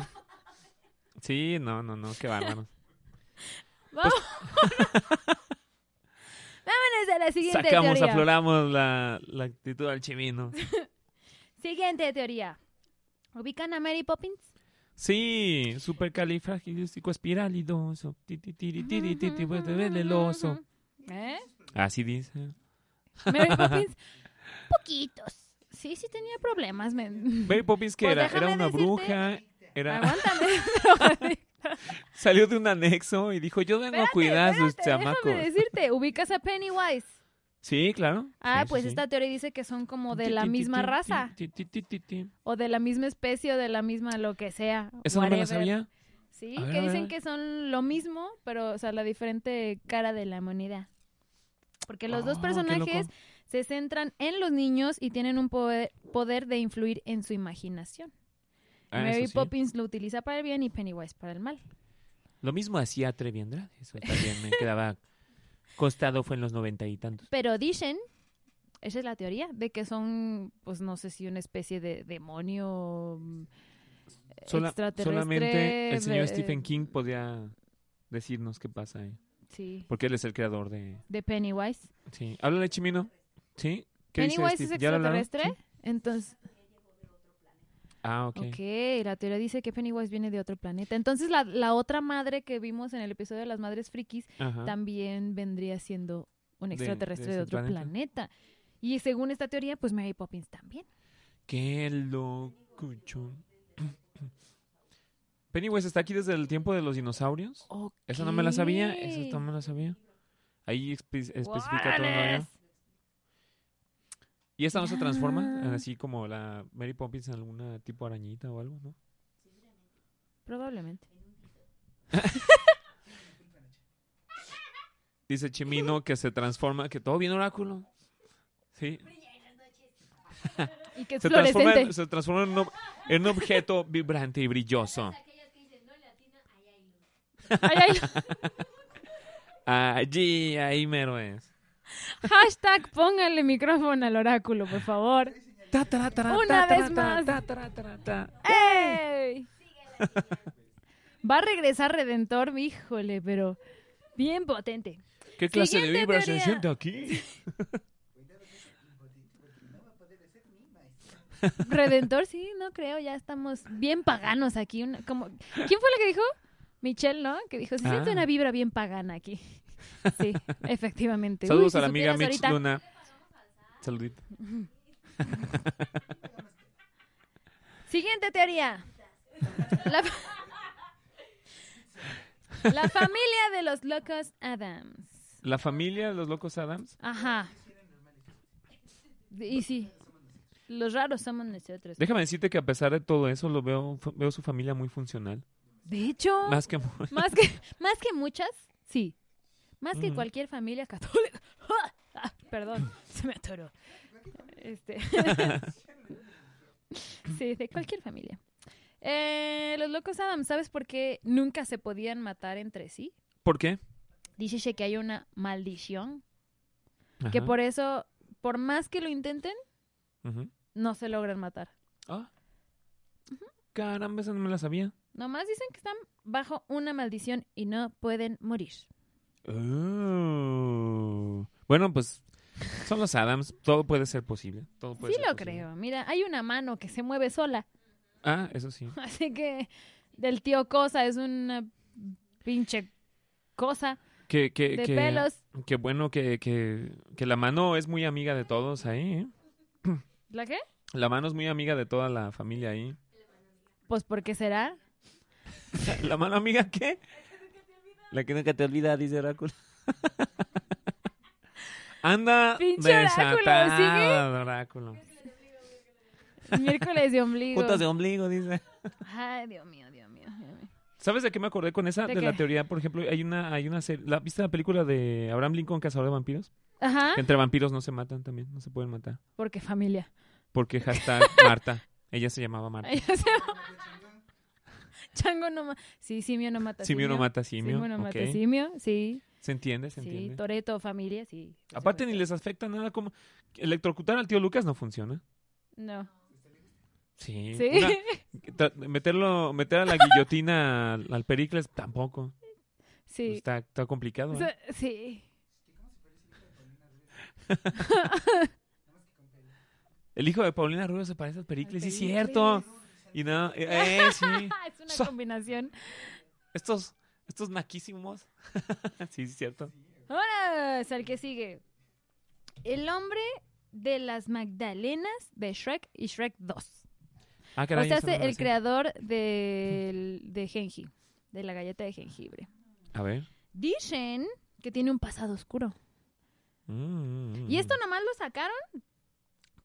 A: Sí, no, no, no, qué bárbaro.
B: Vamos. Vámonos a la siguiente
A: Sacamos,
B: teoría.
A: afloramos la, la actitud al chimino.
B: Siguiente teoría. ¿Ubican a Mary Poppins?
A: Sí, supercalifragilístico espiralidoso. pues, Titiritititibutibueleloso.
B: ¿Eh?
A: Así dice.
B: Mary Poppins. Poquitos. Sí, sí tenía problemas. men.
A: Mary Poppins, ¿qué
B: Pues
A: era?
B: déjame
A: Era una
B: decirte-
A: bruja. Era.
B: Aguántame. drogadicta.
A: Salió de un anexo y dijo, yo vengo a cuidar a sus chamacos.
B: Déjame decirte, ubicas a Pennywise.
A: Sí, claro.
B: Ah,
A: Sí, sí,
B: pues
A: sí.
B: esta teoría dice que son como de
A: Tin,
B: la
A: tin,
B: misma
A: tin, tin,
B: raza
A: tin, tin, tin, tin, tin.
B: o de la misma especie o de la misma lo que sea.
A: Eso no me lo
B: whatever.
A: sabía.
B: Sí,
A: A ver, a ver,
B: que
A: a
B: dicen
A: ver.
B: que son lo mismo, pero, o sea, la diferente cara de la moneda. Porque los dos
A: Oh, qué loco.
B: personajes se centran en los niños y tienen un poder, poder de influir en su imaginación.
A: Ah,
B: Mary
A: eso sí.
B: Poppins lo utiliza para el bien y Pennywise para el mal.
A: Lo mismo hacía Trevi Andrade. Eso también me quedaba costado, fue en los noventa y tantos.
B: Pero dicen, esa es la teoría, de que son, pues no sé si una especie de demonio mm,
A: Sola-
B: extraterrestre.
A: solamente el señor
B: eh,
A: Stephen King podía decirnos qué pasa ahí.
B: Sí,
A: Porque él es el creador de...
B: de Pennywise.
A: Sí. Háblale, Chimino. ¿Sí? ¿Qué dice
B: Pennywise es
A: Steve? ¿Ya lo hablaron?
B: extraterrestre, entonces...
A: Ah, ok.
B: Ok, la teoría dice que Pennywise viene de otro planeta. Entonces la, la otra madre que vimos en el episodio de las madres frikis
A: Ajá.
B: también vendría siendo
A: Ah. De-
B: un
A: de
B: extraterrestre de,
A: ese
B: otro planeta.
A: planeta.
B: Y según esta teoría, pues Mary Poppins también.
A: Qué locucho. Pennywise está aquí desde el tiempo de los dinosaurios. Esa no me la sabía. Esa no me la sabía. Ahí espe- especifica todo. ¿no?
B: ¡Órales!
A: Y esta no se transforma,
B: Ya.
A: así como la Mary Poppins en alguna tipo arañita o algo, ¿no?
B: Probablemente.
A: Dice Chimino que se transforma, que todo bien oráculo. Sí.
B: Y que es
A: Se transforma,
B: fluorescente.
A: en, se transforma en un, ob- en un objeto vibrante y brilloso.
B: Ay, ay,
A: Allí, ahí mero es.
B: hashtag, póngale micrófono al oráculo, por favor.
A: Ta, ta, ta, ta,
B: Una
A: ta,
B: vez
A: ta,
B: más.
A: ta, ta, ta, ta.
B: ¡Ey! Va a regresar Redentor, híjole, pero bien potente.
A: ¿Qué clase
B: Siguiente
A: de vibra se
B: teoría.
A: siente aquí?
B: Redentor, sí, no creo, ya estamos bien paganos aquí. una- como, ¿Quién fue la que dijo? Michelle, ¿no? Que dijo, se siente
A: Ah.
B: una vibra bien pagana aquí. Sí, efectivamente.
A: Saludos
B: Uy, si
A: a la amiga
B: supieras
A: Mitch
B: ahorita-
A: Luna. Saludito.
B: Siguiente teoría. La, fa- La familia de los locos Adams.
A: La familia de los locos Adams.
B: Ajá. Y sí, los raros somos nosotros.
A: Déjame decirte que a pesar de todo eso, lo veo, fu- veo su familia muy funcional.
B: De hecho,
A: Más que muy.
B: Más que, más que muchas, sí. Más que
A: Ujú.
B: cualquier familia católica. Ah, Perdón, se me atoró. Este. sí, de cualquier familia. Eh, los locos Adam, ¿sabes por qué nunca se podían matar entre sí?
A: ¿Por qué?
B: Dice que hay una maldición. Que
A: Ajá.
B: por eso, por más que lo intenten,
A: Ujú.
B: no se logran matar.
A: Ah. Caramba, esa no me la sabía.
B: Nomás dicen que están bajo una maldición y no pueden morir.
A: Oh. Bueno, pues son los Adams. Todo puede ser posible. Todo puede
B: Sí
A: ser
B: lo
A: posible.
B: creo. Mira, hay una mano que se mueve sola.
A: Ah, eso sí.
B: Así que del tío Cosa es una pinche cosa
A: Que, que,
B: de
A: que-
B: pelos.
A: que bueno que, que, que la mano es muy amiga de todos ahí. ¿eh?
B: ¿La qué?
A: La mano es muy amiga de toda la familia ahí.
B: Pues porque será.
A: ¿La mano amiga qué? La que nunca te olvida, dice Oráculo. Anda
B: Pinche Oráculo,
A: desatada,
B: ¿sigue?
A: Oráculo.
B: Miércoles de ombligo.
A: Putas de ombligo, dice.
B: Ay, Dios mío, Dios mío. Dios mío.
A: ¿Sabes de qué me acordé con esa?
B: ¿De
A: De,
B: qué?
A: la teoría, por ejemplo, hay una, hay una serie. ¿la- ¿Viste la película de Abraham Lincoln, Cazador de Vampiros?
B: Ajá.
A: Que entre vampiros no se matan también, no se pueden matar.
B: Porque familia.
A: Porque hashtag Marta. Ella se llamaba Marta.
B: Ella se llama- Chango no mata. Sí, simio no mata.
A: Simio no mata simio.
B: Simio no mata
A: ok.
B: simio. Sí.
A: Se entiende, se
B: Sí.
A: entiende.
B: Toreto, familia, sí. Pues,
A: Aparte ni
B: Sobre
A: les afecta nada como electrocutar al tío Lucas no funciona.
B: todo. No.
A: Sí.
B: Sí.
A: una- tra- meterlo, meter a la guillotina al, al Pericles tampoco.
B: Sí.
A: Está, está complicado. ¿eh?
B: Se- Sí.
A: El hijo de Paulina Rubio se parece al Pericles, sí,
B: Pericles.
A: cierto. Y no, eh, eh, sí.
B: Ah, es una
A: So-
B: combinación.
A: Estos, estos naquísimos. sí, sí, cierto.
B: Ahora es el que sigue. El hombre de las Magdalenas de Shrek y Shrek 2.
A: Ah,
B: o
A: caray,
B: sea,
A: esa no
B: es
A: me la
B: el
A: sé.
B: creador del- de Genji. de la galleta de jengibre.
A: A ver.
B: Dicen que tiene un pasado oscuro.
A: Mm,
B: Y esto nomás lo sacaron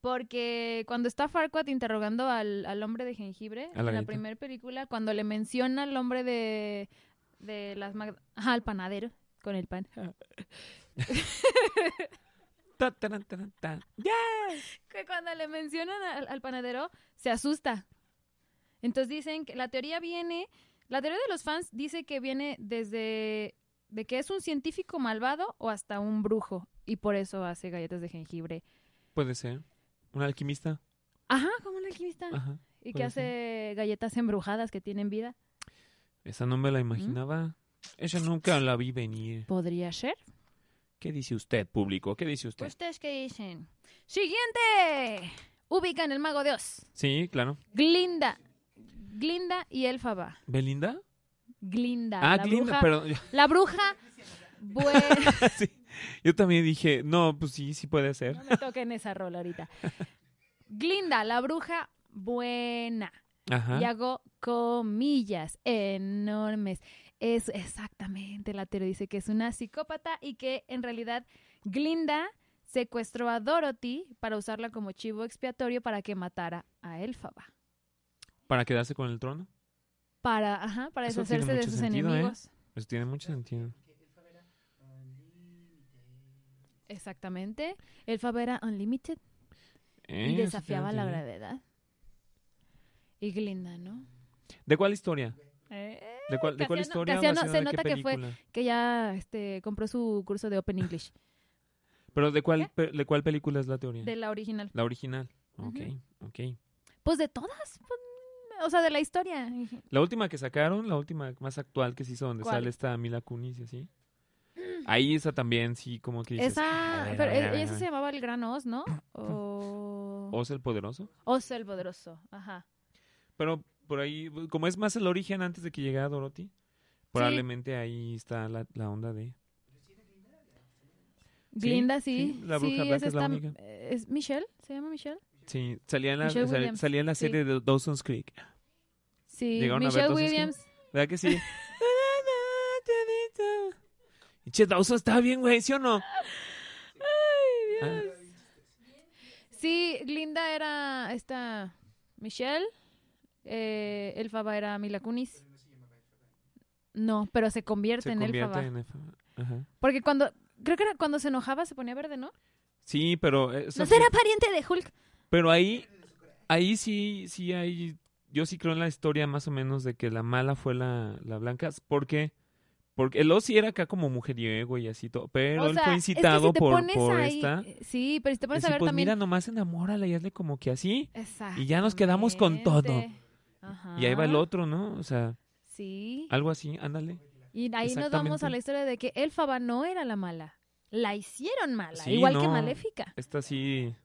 B: porque cuando está Farquaad interrogando al, al hombre de jengibre
A: A la
B: en la
A: galleta.
B: primera película, cuando le menciona al hombre de, de las mag- ajá, al panadero con el pan.
A: mm. Ta, taran, taran, ta. Ya.
B: que cuando le mencionan al, al panadero se asusta. Entonces dicen que la teoría viene, la teoría de los fans dice que viene desde de que es un científico malvado o hasta un brujo y por eso hace galletas de jengibre.
A: Puede ser. Un alquimista.
B: Ajá, como un alquimista.
A: Ajá. Ah,
B: y que
A: puede
B: hace galletas embrujadas que tienen vida.
A: Esa no me la
B: Mm.
A: imaginaba. Ella nunca la vi venir.
B: ¿Podría ser?
A: ¿Qué dice usted, público? ¿Qué dice usted?
B: ¿Ustedes qué dicen? Siguiente. Ubican el mago de Oz.
A: Sí, claro.
B: Glinda. Glinda y Elfaba.
A: ¿Belinda?
B: Glinda.
A: Ah,
B: la
A: Glinda,
B: bruja-
A: perdón.
B: La bruja. Bueno.
A: Sí. Yo también dije, no, pues sí, sí puede ser.
B: No me toquen esa rola ahorita. Glinda, la bruja buena.
A: Ajá.
B: Y hago comillas enormes. Es exactamente la teoría. Dice que es una psicópata y que en realidad Glinda secuestró a Dorothy para usarla como chivo expiatorio para que matara a Elfaba.
A: Para quedarse con el trono.
B: Para, ajá, para
A: Eso
B: deshacerse
A: tiene
B: de
A: mucho
B: sus
A: sentido, ¿eh?
B: enemigos.
A: Eso tiene mucho sentido.
B: Exactamente. Elfaba era unlimited
A: Eh,
B: y
A: eso
B: desafiaba
A: tiene
B: la
A: sentido.
B: gravedad. Y Glinda, ¿no?
A: ¿De cuál historia?
B: Eh,
A: ¿De cuál, de cuál
B: Casiano-
A: historia?
B: Casiano,
A: basada
B: se
A: en qué
B: nota que fue-
A: película?
B: que ya este, compró su curso de Open English,
A: ¿Pero de cuál, pe- de cuál película es la teoría?
B: de la original.
A: La original. Ok,
B: Ujú.
A: ok.
B: Pues de todas, pues, o sea, de la historia.
A: La última que sacaron, la última más actual que se hizo, donde
B: ¿Cuál?
A: sale esta Mila Kunis y así. Ahí esa también, sí, como que dices,
B: Esa,
A: "A ver,
B: pero
A: a ver, a
B: e-
A: ver,
B: esa
A: a
B: se
A: ver".
B: llamaba El Gran Oz, ¿no? O...
A: Oz el Poderoso.
B: Oz el Poderoso, ajá.
A: Pero por ahí, como es más el origen antes de que llegara Dorothy, probablemente ahí está la, la onda de...
B: Glinda, sí.
A: sí, la bruja
B: sí,
A: blanca es la
B: esta-
A: única.
B: eh, ¿Es Michelle? ¿Se llama Michelle?
A: Sí, salía en la,
B: Michelle
A: sal-
B: Williams,
A: salía en la
B: sí.
A: serie de Dawson's Creek.
B: Sí,
A: Llegaron a ver
B: Michelle
A: dos esquinas.
B: Williams.
A: ¿Verdad que sí? Y Che, Dawson está bien, güey, ¿sí o no?
B: Ay,
A: Ah.
B: Dios. Sí, Glinda era esta Michelle. Eh, Elfaba era Mila Kunis. No, pero se convierte
A: Se
B: en
A: convierte
B: Elfaba.
A: en Elfaba. Ajá.
B: Porque cuando, creo que era cuando se enojaba se ponía verde, ¿no?
A: Sí, pero... eso
B: ¿No
A: sí-
B: será pariente de Hulk?
A: Pero ahí, ahí sí, sí hay. Yo sí creo en la historia más o menos de que la mala fue la, la blanca. ¿Por qué? Porque el Oz sí era acá como mujeriego y así todo. Pero
B: O
A: él
B: sea,
A: fue
B: es que si
A: incitado
B: te
A: por,
B: pones
A: por
B: ahí- eh,
A: esta.
B: Sí, pero si te pones a
A: Decir,
B: ver
A: pues
B: también.
A: mira, nomás enamórala y hazle como que así.
B: Exacto.
A: y ya nos quedamos con todo. Y ahí va el
B: otro.
A: otro, ¿no? O sea,
B: Sí.
A: algo así, ándale.
B: Y ahí nos vamos
A: Exactamente.
B: a la historia de que Elfaba no era la mala. La hicieron mala,
A: Sí,
B: igual que
A: no.
B: Maléfica.
A: Esta sí.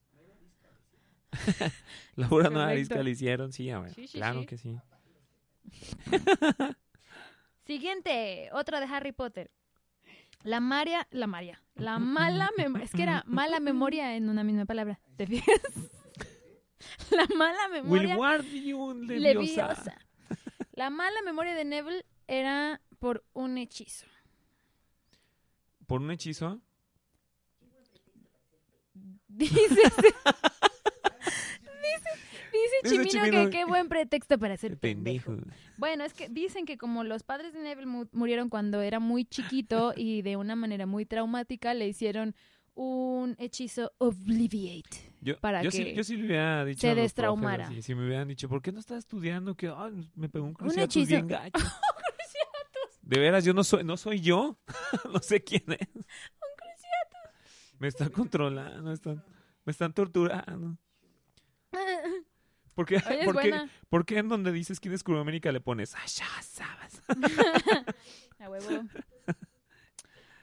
A: Laura no
B: Correcto.
A: arisca le hicieron, sí, a ver.
B: Sí, sí,
A: claro
B: sí.
A: que sí.
B: Siguiente, otra de Harry Potter. La Maria, la Maria, la mala memoria, es que era mala memoria en una misma palabra, ¿te fijas? La mala memoria
A: Wingardium Leviosa.
B: Leviosa. La mala memoria de Neville era por un hechizo.
A: Por un hechizo.
B: Dice, dice, dice
A: Dice
B: Chimino,
A: Chimino
B: que qué buen pretexto para ser pendejo.
A: Pendejo.
B: Bueno, es que dicen que como los padres de Neville mu- murieron cuando era muy chiquito y de una manera muy traumática, le hicieron un hechizo Obliviate.
A: Yo,
B: para
A: yo
B: que
A: sí, yo sí le hubiera dicho
B: se
A: a los profes
B: destraumara.
A: así, si me hubieran dicho, ¿por qué no estás estudiando? Que ay, me pegó un cruciatus
B: hechizo.
A: bien gacho. De veras, yo no soy, no soy yo. no sé quién es. Un Me están controlando, están, me están torturando. ¿Por qué,
B: Oye, es
A: por qué-
B: buena.
A: por qué en donde dices quién descubrió América le pones, ah, ya sabes?
B: A huevo.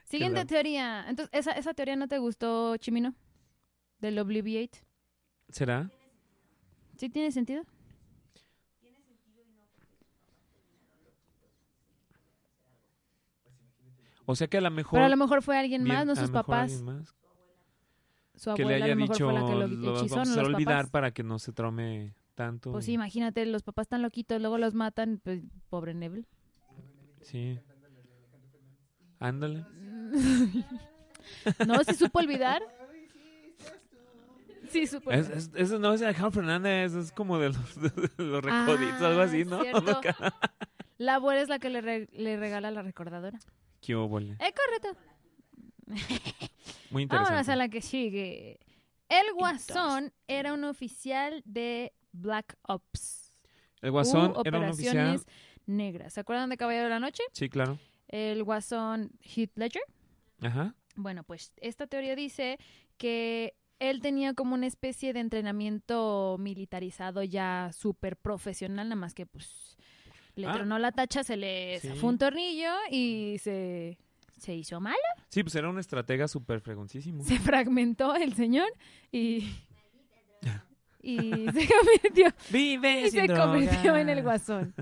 B: Siguiente
A: bravo.
B: teoría. Entonces, ¿esa, ¿esa teoría no te gustó, Chimino? Del Obliviate.
A: ¿Será?
B: ¿Sí tiene sentido?
A: O sea que a lo mejor.
B: Pero a lo mejor fue alguien
A: bien-
B: más, no
A: a lo
B: sus
A: mejor
B: papás.
A: alguien más
B: Su
A: que
B: abuela
A: le
B: a
A: haya
B: lo mejor
A: dicho,
B: fue la que lo
A: lo vamos
B: hechizó,
A: a
B: no
A: hacer
B: los
A: olvidar
B: papás.
A: para que no se trome tanto.
B: Pues
A: y-
B: imagínate, los papás tan loquitos, luego los matan, pues pobre Neville.
A: Sí. Ándale.
B: no, si supo olvidar. Sí, supo
A: Es,
B: olvidar.
A: es- eso no es de Alejandro Fernández, es como de los, de los
B: Ah,
A: recoditos, algo así, ¿no?
B: cierto. La abuela es la que le, re- le regala la recordadora.
A: Qué óvole.
B: Es correcto.
A: Muy interesante.
B: Vámonos a la que sigue. El Guasón era un oficial de Black Ops.
A: El
B: u
A: Guasón era un oficial.
B: operaciones negras. ¿Se acuerdan de Caballero de la Noche?
A: Sí, claro.
B: El Guasón Heath Ledger.
A: Ajá.
B: Bueno, pues esta teoría dice que él tenía como una especie de entrenamiento militarizado ya súper profesional, nada más que pues le
A: Ah.
B: tronó la tacha, se le
A: Sí.
B: zafó un tornillo y se, se hizo mal.
A: Sí, pues era un estratega súper fregoncísimo.
B: Se fragmentó el señor y... Y se convirtió,
A: Vive
B: y se
A: sin
B: convirtió en
A: drogas.
B: el guasón.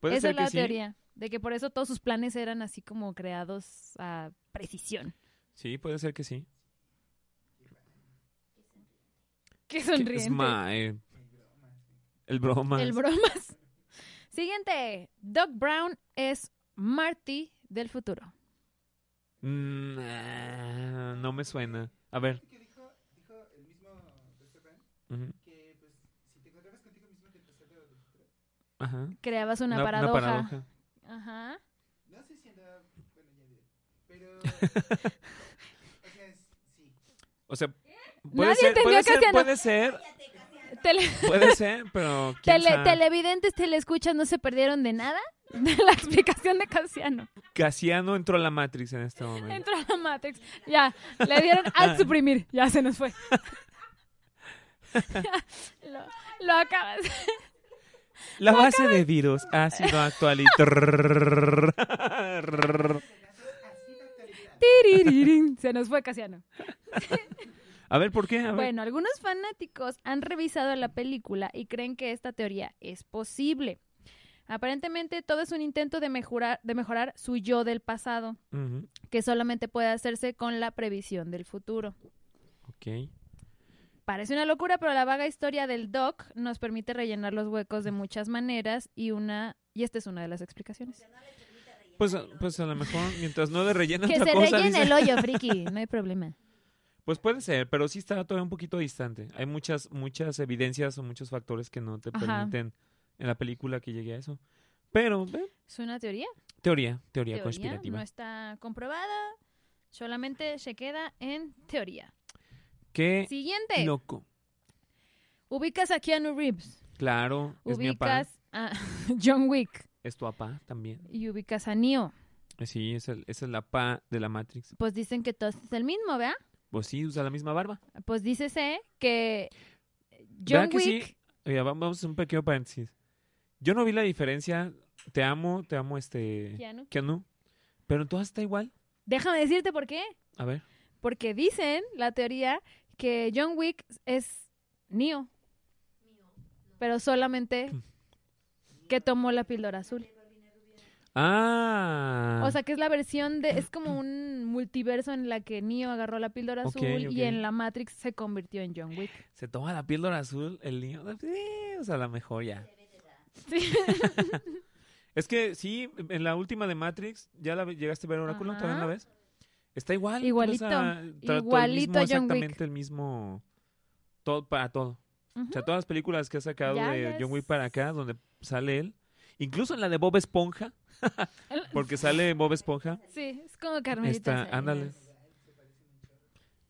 A: Puede
B: Esa
A: ser
B: es la
A: que sí.
B: teoría, de que por eso todos sus planes eran así como creados a precisión.
A: Sí, puede ser que sí.
B: Qué
A: Que
B: sonriente.
A: Es ma- eh, el bromas.
B: El bromas. Siguiente. Doc Brown es Marty del futuro.
A: Mm, ah, no me suena. A ver.
C: que dijo, dijo el mismo Dr. Brown
A: Ujú,
C: que pues si te encontrabas contigo mismo te pasaba de futuro.
A: Ajá.
B: Creabas una, paradoja.
A: paradoja.
B: Ajá.
C: No sé si andaba, bueno ya vi, pero o sea, es- sí.
A: O sea, puede
B: Nadie
A: ser,
B: entendió
A: puede
B: que
A: ser,
B: hacían-
A: puede ser,
B: Tele-
A: puede ser, pero quién
B: tele-
A: sabe.
B: televidentes, teleescuchas, ¿no se perdieron de nada? De la explicación de Casiano.
A: Casiano entró a la Matrix en este momento.
B: Entró a la Matrix. Ya, le dieron al suprimir. Ya se nos fue. Ya, lo, lo acabas.
A: La base de virus ha sido actual y
B: Tiriririn. Se nos fue Casiano.
A: A ver, ¿por qué? A ver.
B: Bueno, algunos fanáticos han revisado la película y creen que esta teoría es posible. Aparentemente todo es un intento de mejorar, de mejorar su yo del pasado,
A: Ujú,
B: que solamente puede hacerse con la previsión del futuro.
A: ok.
B: Parece una locura, pero la vaga historia del Doc nos permite rellenar los huecos de muchas maneras y una y esta es una de las explicaciones.
A: Pues, a- pues a lo mejor mientras no le rellenen
B: Que
A: otra
B: se
A: cosa,
B: rellene
A: dice-
B: el hoyo, friki, no hay problema.
A: pues puede ser, pero sí está todavía un poquito distante. Hay muchas, muchas evidencias o muchos factores que no te
B: Ajá.
A: permiten en la película que llegue a eso. Pero, eh,
B: Es una teoría,
A: teoría, teoría,
B: teoría
A: conspirativa.
B: no está comprobada, solamente se queda en teoría.
A: Qué
B: Siguiente.
A: loco.
B: Ubicas a Keanu Reeves,
A: Claro, es mi papá.
B: ubicas a John Wick
A: Es tu papá también.
B: y ubicas a Neo.
A: Eh, Sí, es el, esa es la pa de la Matrix.
B: Pues dicen que todos es el mismo, ¿verdad?
A: Pues sí, usa la misma barba.
B: Pues dícese que
A: ¿Verdad
B: John
A: que sí?
B: Wick
A: Oiga, va- vamos a un pequeño paréntesis. Yo no vi la diferencia. Te amo, te amo, este.
B: Keanu.
A: Keanu. Pero en todas está igual.
B: Déjame decirte por qué.
A: A ver.
B: Porque dicen la teoría que John Wick es Neo. Pero solamente que tomó la píldora azul.
A: Ah.
B: O sea, que es la versión de... Es como un multiverso en la que Neo agarró la píldora
A: Ok,
B: azul
A: ok.
B: y en la Matrix se convirtió en John Wick.
A: se toma la píldora azul, el niño. pues, Sí, o sea, a lo mejor ya.
B: Sí.
A: Es que sí, en la última de Matrix, ¿ya la ve- llegaste a ver Oráculo?
B: Ajá.
A: ¿También la ves? Está igual.
B: Igualito,
A: mismo,
B: igualito John Wick.
A: Exactamente el mismo. Todo, para todo. O sea, todas las películas que ha sacado
B: Ya
A: de
B: ves.
A: John Wick para acá, donde sale él. Incluso en la de Bob Esponja. porque sale Bob Esponja.
B: Sí, es como Carmelita.
A: Está,
B: Salinas.
A: ándale.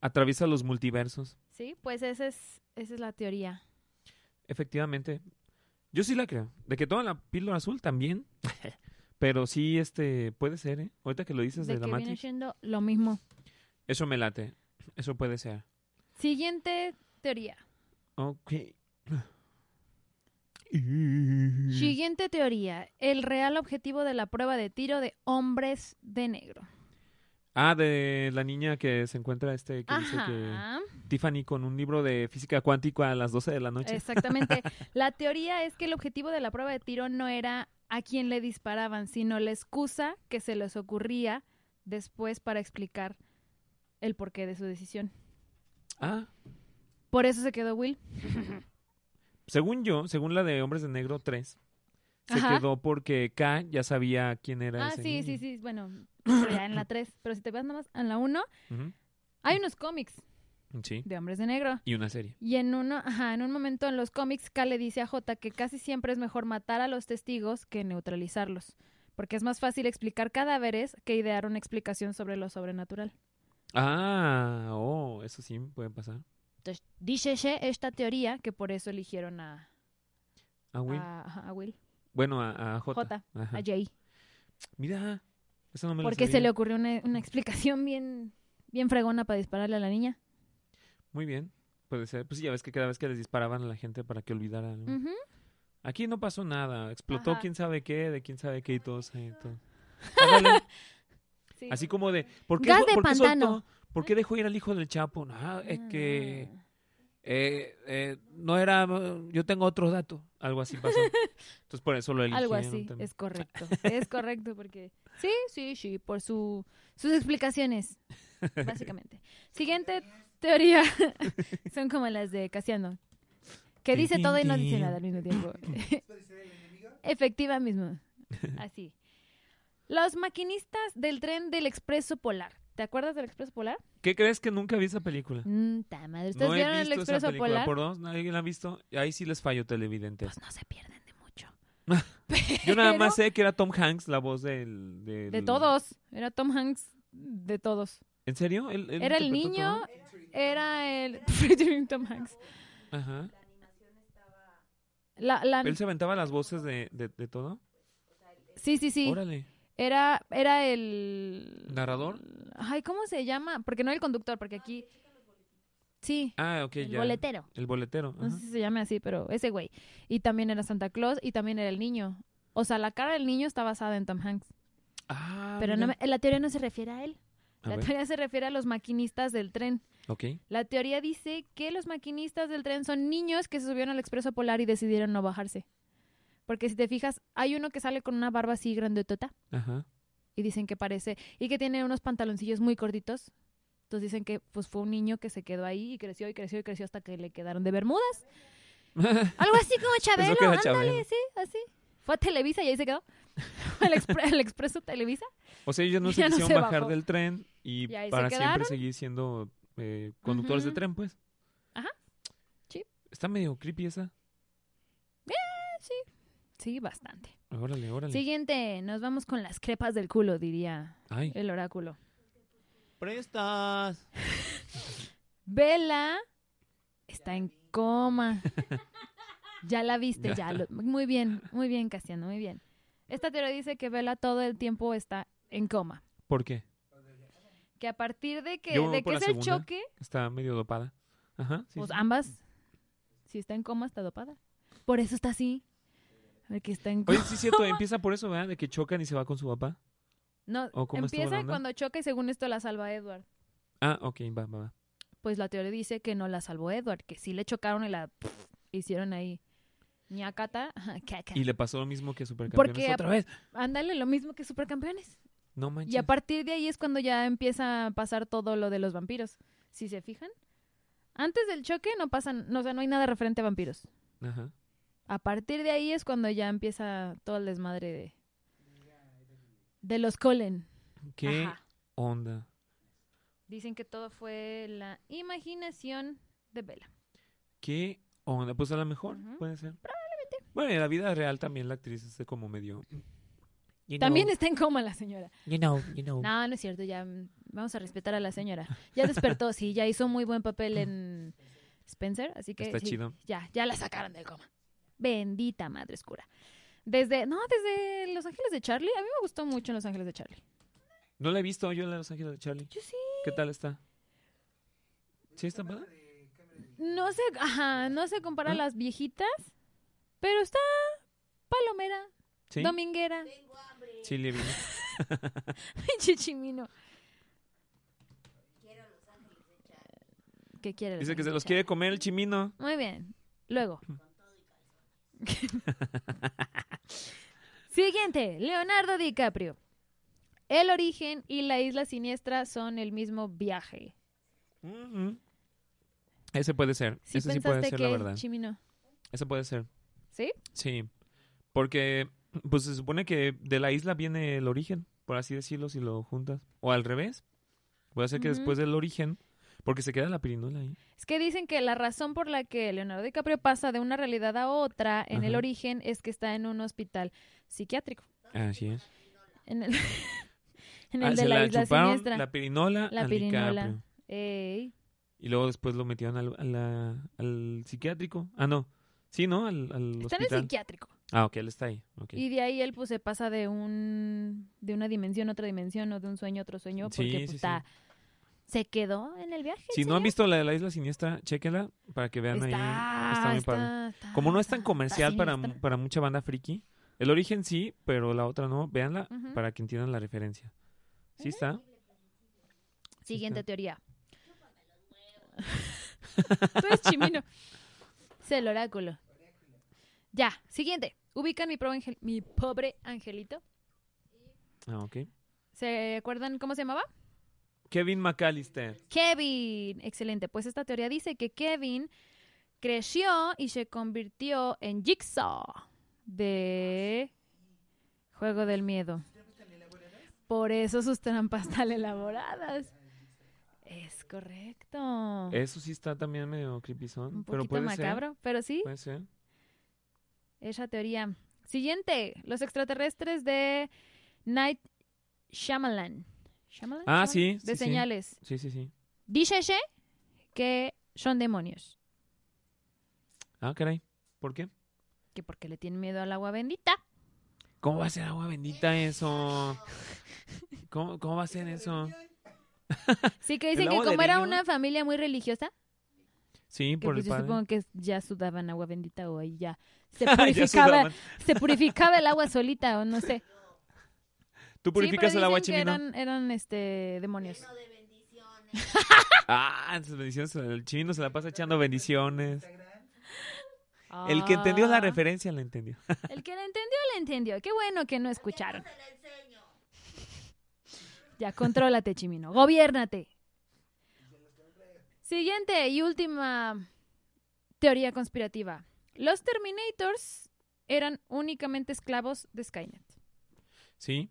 A: Atraviesa los multiversos.
B: Sí, pues esa es, esa es la teoría.
A: Efectivamente. Yo sí la creo. De que toma la píldora azul también. Pero sí, este, puede ser, ¿eh? Ahorita que lo dices de,
B: De
A: la
B: que viene
A: Matrix.
B: siendo lo mismo.
A: Eso me late. Eso puede ser.
B: Siguiente teoría.
A: Ok.
B: Siguiente teoría. El real objetivo de la prueba de tiro de hombres de negro.
A: Ah, de la niña que se encuentra este que dice que
B: Ajá.
A: Tiffany con un libro de física cuántica a las 12 de la noche.
B: Exactamente. La teoría es que el objetivo de la prueba de tiro no era a quién le disparaban, sino la excusa que se les ocurría después para explicar el porqué de su decisión.
A: Ah,
B: Por eso se quedó Will.
A: según yo, según la de Hombres de Negro 3, se
B: Ajá.
A: quedó porque K ya sabía quién era
B: Ah,
A: ese
B: sí,
A: niño.
B: sí, sí. Bueno, pero ya en la 3. Pero si te vas nada más en la 1,
A: Ujú,
B: hay unos cómics
A: sí.
B: de hombres de negro.
A: Y una serie.
B: Y en uno, ajá, en un momento en los cómics, K le dice a J que casi siempre es mejor matar a los testigos que neutralizarlos. Porque es más fácil explicar cadáveres que idear una explicación sobre lo sobrenatural.
A: Ah, oh, eso sí puede pasar.
B: Entonces, dícese esta teoría que por eso eligieron a,
A: Ah, Will.
B: a, ajá, a Will,
A: Bueno, a, a J.
B: J,
A: Ajá.
B: a Jay.
A: Mira, eso no me lo
B: Porque se le
A: sabía.
B: ocurrió una, una explicación bien, bien fregona para dispararle a la niña.
A: Muy bien, puede ser. Pues sí, ya ves que cada vez que les disparaban a la gente para que olvidara. ¿no?
B: Ujú.
A: Aquí no pasó nada. Explotó
B: Ajá.
A: quién sabe qué, de quién sabe qué y todos ahí, todo. Ándale,
B: Sí.
A: Así como de, ¿por qué,
B: Gas
A: sol-
B: de
A: por qué soltó?
B: pantano.
A: ¿Por qué dejó ir al hijo del Chapo? Ah, es que
B: Mm.
A: eh, eh, no era, yo tengo otro dato. Algo así pasó. Entonces por eso lo eligieron
B: Algo así,
A: también.
B: es correcto. Es correcto porque sí, sí, sí, por su, sus explicaciones, básicamente. Siguiente teoría son como las de Casiano, que
A: Tin,
B: dice
A: tin,
B: todo y no dice
A: tin.
B: nada al mismo tiempo.
C: Puede ser el enemigo.
B: Efectiva mismo. Así. Los maquinistas del tren del Expreso Polar. ¿Te acuerdas del Expreso Polar?
A: ¿Qué crees que nunca vi esa película?
B: Mm, ta madre. ¿Ustedes
A: No he
B: vieron el
A: visto esa
B: Expreso
A: película,
B: Polar?
A: Perdón, ¿alguien la ha visto? Ahí sí les fallo televidentes.
B: Pues no se pierden de mucho.
A: Yo nada
B: pero-
A: más sé que era Tom Hanks la voz del... del-
B: De todos. Era Tom Hanks de todos.
A: ¿En serio? ¿Él- él
B: Era el
A: interpretó
B: niño,
A: todo?
B: era el featuring Tom Hanks.
A: Ajá.
B: La, la,
A: ¿Él se aventaba las voces de, de, de todo?
B: sí, sí, sí.
A: Órale.
B: Era, era el
A: ¿Narrador?
B: Ay, ¿cómo se llama? Porque no el conductor, porque aquí. Sí,
A: Ah, ok,
B: el
A: ya.
B: boletero.
A: El boletero.
B: No
A: ajá.
B: sé si se llame así, pero ese güey. Y también era Santa Claus y también era el niño. O sea, la cara del niño está basada en Tom Hanks.
A: Ah,
B: pero no
A: mira.
B: me- la teoría no se refiere a él.
A: A
B: La
A: ver,
B: teoría se refiere a los maquinistas del tren.
A: ok.
B: La teoría dice que los maquinistas del tren son niños que se subieron al expreso polar y decidieron no bajarse. Porque si te fijas, hay uno que sale con una barba así grandotota
A: Ajá.
B: y dicen que parece y que tiene unos pantaloncillos muy cortitos. Entonces dicen que pues fue un niño que se quedó ahí y creció y creció y creció hasta que le quedaron de bermudas. Algo así como Chabelo,
A: que era
B: ándale,
A: Chabelo.
B: sí, así. Fue a Televisa y ahí se quedó. El, expre- el expreso Televisa.
A: o sea, ellos no se
B: Ya no
A: quisieron
B: se
A: bajar
B: bajó.
A: del tren y
B: Y ahí se
A: para siempre
B: quedaron.
A: seguir siendo eh, conductores de
B: Ujú.
A: tren, pues.
B: Ajá. Sí.
A: Está medio creepy esa.
B: Sí, bastante.
A: Órale, órale.
B: Siguiente, nos vamos con las crepas del culo, diría
A: Ay.
B: el oráculo.
A: Prestas.
B: Vela está en coma. Ya la viste, ya. lo- muy bien, muy bien, Cassiano, muy bien. Esta teoría dice que Vela todo el tiempo está en coma.
A: ¿Por qué?
B: Que a partir de que,
A: Yo voy
B: de
A: por la
B: que es el
A: segunda.
B: choque,
A: Está medio dopada. Ajá. sí,
B: pues
A: sí.
B: ambas, si está en coma, está dopada. Por eso está así. Porque está en
A: Oye,
B: coma.
A: sí es cierto, empieza por eso, ¿verdad? De que chocan y se va con su papá.
B: No,
A: ¿o cómo estuvo la
B: empieza
A: onda?
B: cuando choca y según esto la salva Edward.
A: Ah, ok, va, va, va.
B: Pues la teoría dice que no la salvó Edward, que sí le chocaron y la pff, hicieron ahí. Ñacata, ajá, caca.
A: Y le pasó lo mismo que a Supercampeones
B: Porque-
A: otra vez.
B: Ándale, lo mismo que Supercampeones.
A: No manches.
B: Y a partir de ahí es cuando ya empieza a pasar todo lo de los vampiros. Si se fijan, antes del choque no pasan, no, o sea, no hay nada referente a vampiros.
A: Ajá.
B: A partir de ahí es cuando ya empieza todo el desmadre de, de los Colen.
A: ¿Qué
B: Ajá.
A: onda?
B: Dicen que todo fue la imaginación de Bella.
A: ¿Qué onda? Pues a lo mejor
B: Ujú.
A: puede ser. Probablemente. Bueno, en la vida real también la actriz es como medio. You
B: También
A: know,
B: está en coma la señora.
A: You know, you know.
B: No, no es cierto, ya mm, vamos a respetar a la señora. Ya despertó, sí, ya hizo muy buen papel en Spencer, así que
A: Está
B: sí,
A: chido.
B: Ya, ya la sacaron del coma. Bendita madre oscura. Desde, no, desde Los Ángeles de Charlie. A mí me gustó mucho en Los Ángeles de Charlie.
A: No la he visto yo en Los Ángeles de Charlie.
B: Yo sí.
A: ¿Qué tal está? ¿Sí está padre?
B: No sé, ajá, no se compara a las viejitas, pero está palomera,
A: Sí.
B: dominguera,
A: Sí, le vi.
B: chichimino. ¿Qué quiere? Los
A: Dice que se
B: Ángeles
A: los
B: de
A: quiere comer el chimino.
B: Charlie? Muy bien. Luego. Siguiente, Leonardo DiCaprio. El origen y la isla siniestra son el mismo viaje.
A: Ujú. Ese puede ser.
B: Sí
A: Ese sí puede
B: pensaste
A: ser,
B: que
A: la verdad.
B: Chimino.
A: Ese puede ser.
B: ¿Sí?
A: Sí. Porque Pues se supone que de la isla viene el origen, por así decirlo, si lo juntas. O al revés. Puede ser que
B: Ujú.
A: después del origen, porque se queda la pirinola ahí.
B: Es que dicen que la razón por la que Leonardo DiCaprio pasa de una realidad a otra en el
A: Ajá.
B: origen es que está en un hospital psiquiátrico.
A: Así es.
B: En el, en el de
A: Ah, se
B: la,
A: la
B: isla
A: chuparon
B: siniestra.
A: la pirinola
B: La
A: al
B: pirinola.
A: DiCaprio.
B: Ey.
A: Y luego después lo metieron al, a la- al psiquiátrico. Ah, no. Sí, ¿no? Al, al
B: Está en el
A: hospital.
B: psiquiátrico.
A: ah, ok, él está ahí. ok.
B: Y de ahí él pues se pasa de un de una dimensión a otra dimensión o de un sueño a otro sueño
A: Sí,
B: porque
A: sí,
B: pues,
A: sí.
B: está- se quedó en el viaje.
A: Si no han visto la de la isla siniestra, chéquela para que vean ahí. Está muy padre. Como no es tan comercial para, mu- para mucha banda friki, el origen sí, pero la otra no, véanla
B: Ujú.
A: para que entiendan la referencia. ¿Sí está?
B: Siguiente
A: está.
B: teoría. Tú eres chimino. Es el oráculo. Ya, siguiente. Ubican mi, pro- angel- mi pobre angelito.
A: Ah, ok.
B: ¿Se acuerdan cómo se llamaba?
A: Kevin McAllister.
B: Kevin. Excelente. Pues esta teoría dice que Kevin creció y se convirtió en Jigsaw de Juego del Miedo. Por eso sus trampas tan elaboradas. Es correcto.
A: Eso sí está también medio creepy
B: Oh. Un
A: Eh, pero
B: poquito
A: puede
B: macabro, pero sí,
A: ser. Puede ser.
B: esa teoría. Siguiente, los extraterrestres de Night Shyamalan. ¿Shyamalan?
A: Ah,
B: Shyamalan.
A: sí,
B: De
A: sí, sí.
B: señales.
A: Sí, sí, sí.
B: Dícese que son demonios.
A: Ah, caray. ¿Por qué?
B: Que porque le tienen miedo al agua bendita.
A: ¿Cómo va a ser agua bendita eso? ¿Cómo, cómo va a ser eso?
B: Sí, que dicen que
A: agua de
B: como era
A: riñón?
B: una familia muy religiosa,
A: Sí,
B: que
A: por
B: pues
A: el
B: yo
A: padre.
B: supongo que ya sudaban agua bendita o ahí ya se
A: Ya
B: purificaba,
A: sudaban.
B: se purificaba el agua solita o no sé.
A: ¿Tú purificas
B: sí, pero
A: el agua
B: dicen
A: chimino?
B: que eran, eran este demonios.
A: Ah, esas bendiciones. El chimino se la pasa echando bendiciones. El que entendió la
B: Ah.
A: referencia la entendió.
B: El que la entendió, la entendió. Qué bueno que no escucharon. Ya, contrólate, Chimino. Gobiérnate. Siguiente y última teoría conspirativa. Los Terminators eran únicamente esclavos de Skynet.
A: Sí.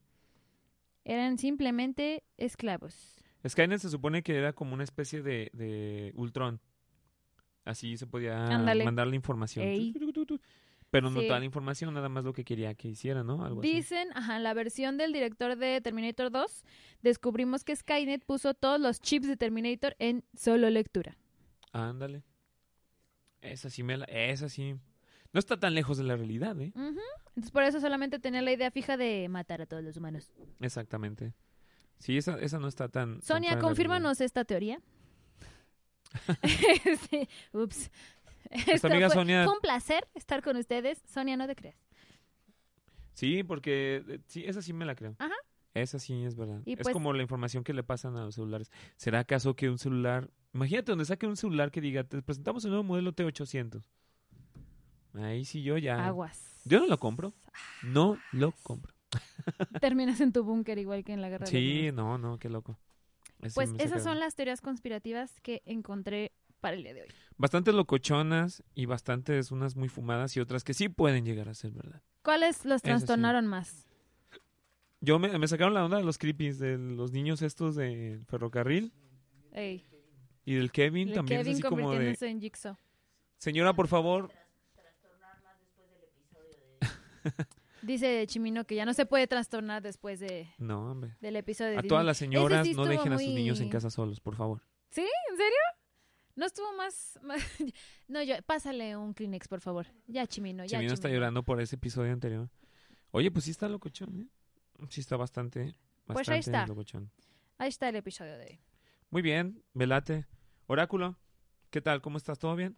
B: Eran simplemente esclavos.
A: Skynet se supone que era como una especie de, de Ultron. Así se podía
B: Ándale.
A: mandar la información.
B: Ey.
A: Pero no
B: Sí.
A: toda la información, nada más lo que quería que hiciera, ¿no? Algo así.
B: Dicen, ajá, en la versión del director de Terminator 2, descubrimos que Skynet puso todos los chips de Terminator en solo lectura.
A: Ándale. Esa sí me la... Esa sí. No está tan lejos de la realidad, ¿eh?
B: Ujú. Entonces por eso solamente tenía la idea fija de matar a todos los humanos.
A: Exactamente. Sí, esa, esa no está tan... tan fuera de
B: Sonia,
A: la realidad.
B: confírmanos esta teoría. Sí, Ups. Esto
A: amiga
B: fue,
A: Sonia-
B: fue un placer estar con ustedes. Sonia, no te creas.
A: Sí, porque... eh, Sí, esa sí me la creo.
B: Ajá.
A: Esa sí es verdad.
B: Y
A: es
B: pues-
A: como la información que le pasan a los celulares. ¿Será acaso que un celular... Imagínate donde saque un celular que diga, te presentamos un nuevo modelo T800. Ahí sí yo ya...
B: Aguas.
A: Ah. Yo no lo compro. No lo compro.
B: Terminas en tu búnker igual que en la guerra. de los
A: Sí,
B: mundos.
A: no, no, qué loco. Ese
B: Pues
A: me saca
B: esas
A: de-
B: son las teorías conspirativas que encontré para el día de hoy.
A: Bastantes locochonas y bastantes unas muy fumadas y otras que sí pueden llegar a ser verdad.
B: ¿Cuáles los
A: sí.
B: trastornaron más?
A: Yo me, me sacaron la onda de los creepies, de los niños estos del ferrocarril
B: Ey,
A: y del Kevin
B: el
A: también. es
B: Kevin
A: así como de,
B: convirtiéndose en Jigsaw.
A: señora, por favor.
B: Dice Chimino que ya no se puede trastornar después de,
A: No, hombre.
B: del episodio de
A: A
B: Disney.
A: todas las señoras,
B: sí
A: no
B: estuvo
A: dejen a sus
B: muy-
A: niños en casa solos, por favor.
B: ¿En serio? ¿No estuvo más, más- No, yo... Pásale un Kleenex, por favor. Ya, Chimino,
A: Chimino
B: ya, Chimino.
A: está llorando por ese episodio anterior. Oye, pues sí está locochón, ¿eh? Sí está bastante, bastante
B: Pues ahí está.
A: locochón.
B: Ahí está el episodio de hoy.
A: Muy bien, velate. Oráculo, ¿qué tal? ¿Cómo estás? ¿Todo bien?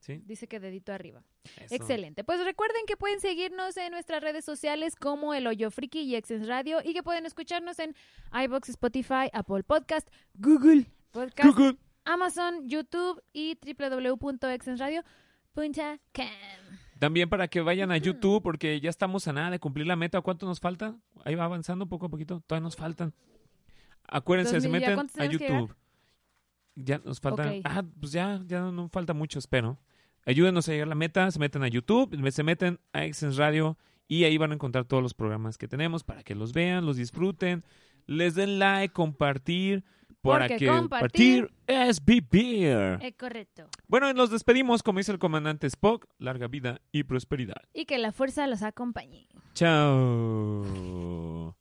A: ¿Sí?
B: Dice que dedito arriba.
A: Eso.
B: Excelente. Pues recuerden que pueden seguirnos en nuestras redes sociales como El Hoyo Friki y Exens Radio y que pueden escucharnos en iBox, Spotify, Apple Podcast, Google Podcast,
A: Cucú.
B: Amazon, YouTube y www.exensradio.com.
A: También para que vayan a YouTube, porque ya estamos a nada de cumplir la meta. ¿Cuánto nos falta? Ahí va avanzando poco a poquito. Todavía nos faltan. Acuérdense,
B: Dos
A: se
B: mil, ¿ya
A: meten
B: cuántos
A: a
B: tenemos que
A: YouTube. Ya nos faltan.
B: Ok.
A: Ah, pues ya, ya no, no falta mucho, espero. Ayúdenos a llegar a la meta. Se meten a YouTube, se meten a Exens Radio Y ahí van a encontrar todos los programas que tenemos para que los vean, los disfruten, les den like, compartir, para
B: Porque
A: que
B: compartir-
A: compartir es vivir.
B: Es correcto.
A: Bueno, y nos despedimos, como dice el comandante Spock, larga vida y prosperidad.
B: Y que la fuerza los acompañe.
A: Chao.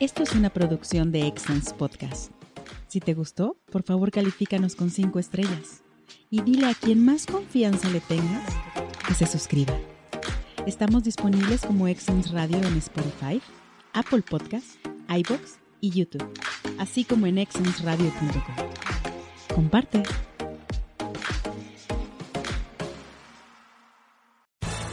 D: Esto es una producción de Excellence Podcast. Si te gustó, por favor califícanos con 5 estrellas y dile a quien más confianza le tengas que se suscriba. Estamos disponibles como Excellence Radio en Spotify, Apple Podcasts, iBox y YouTube, así como en excellenceradio.com. Comparte.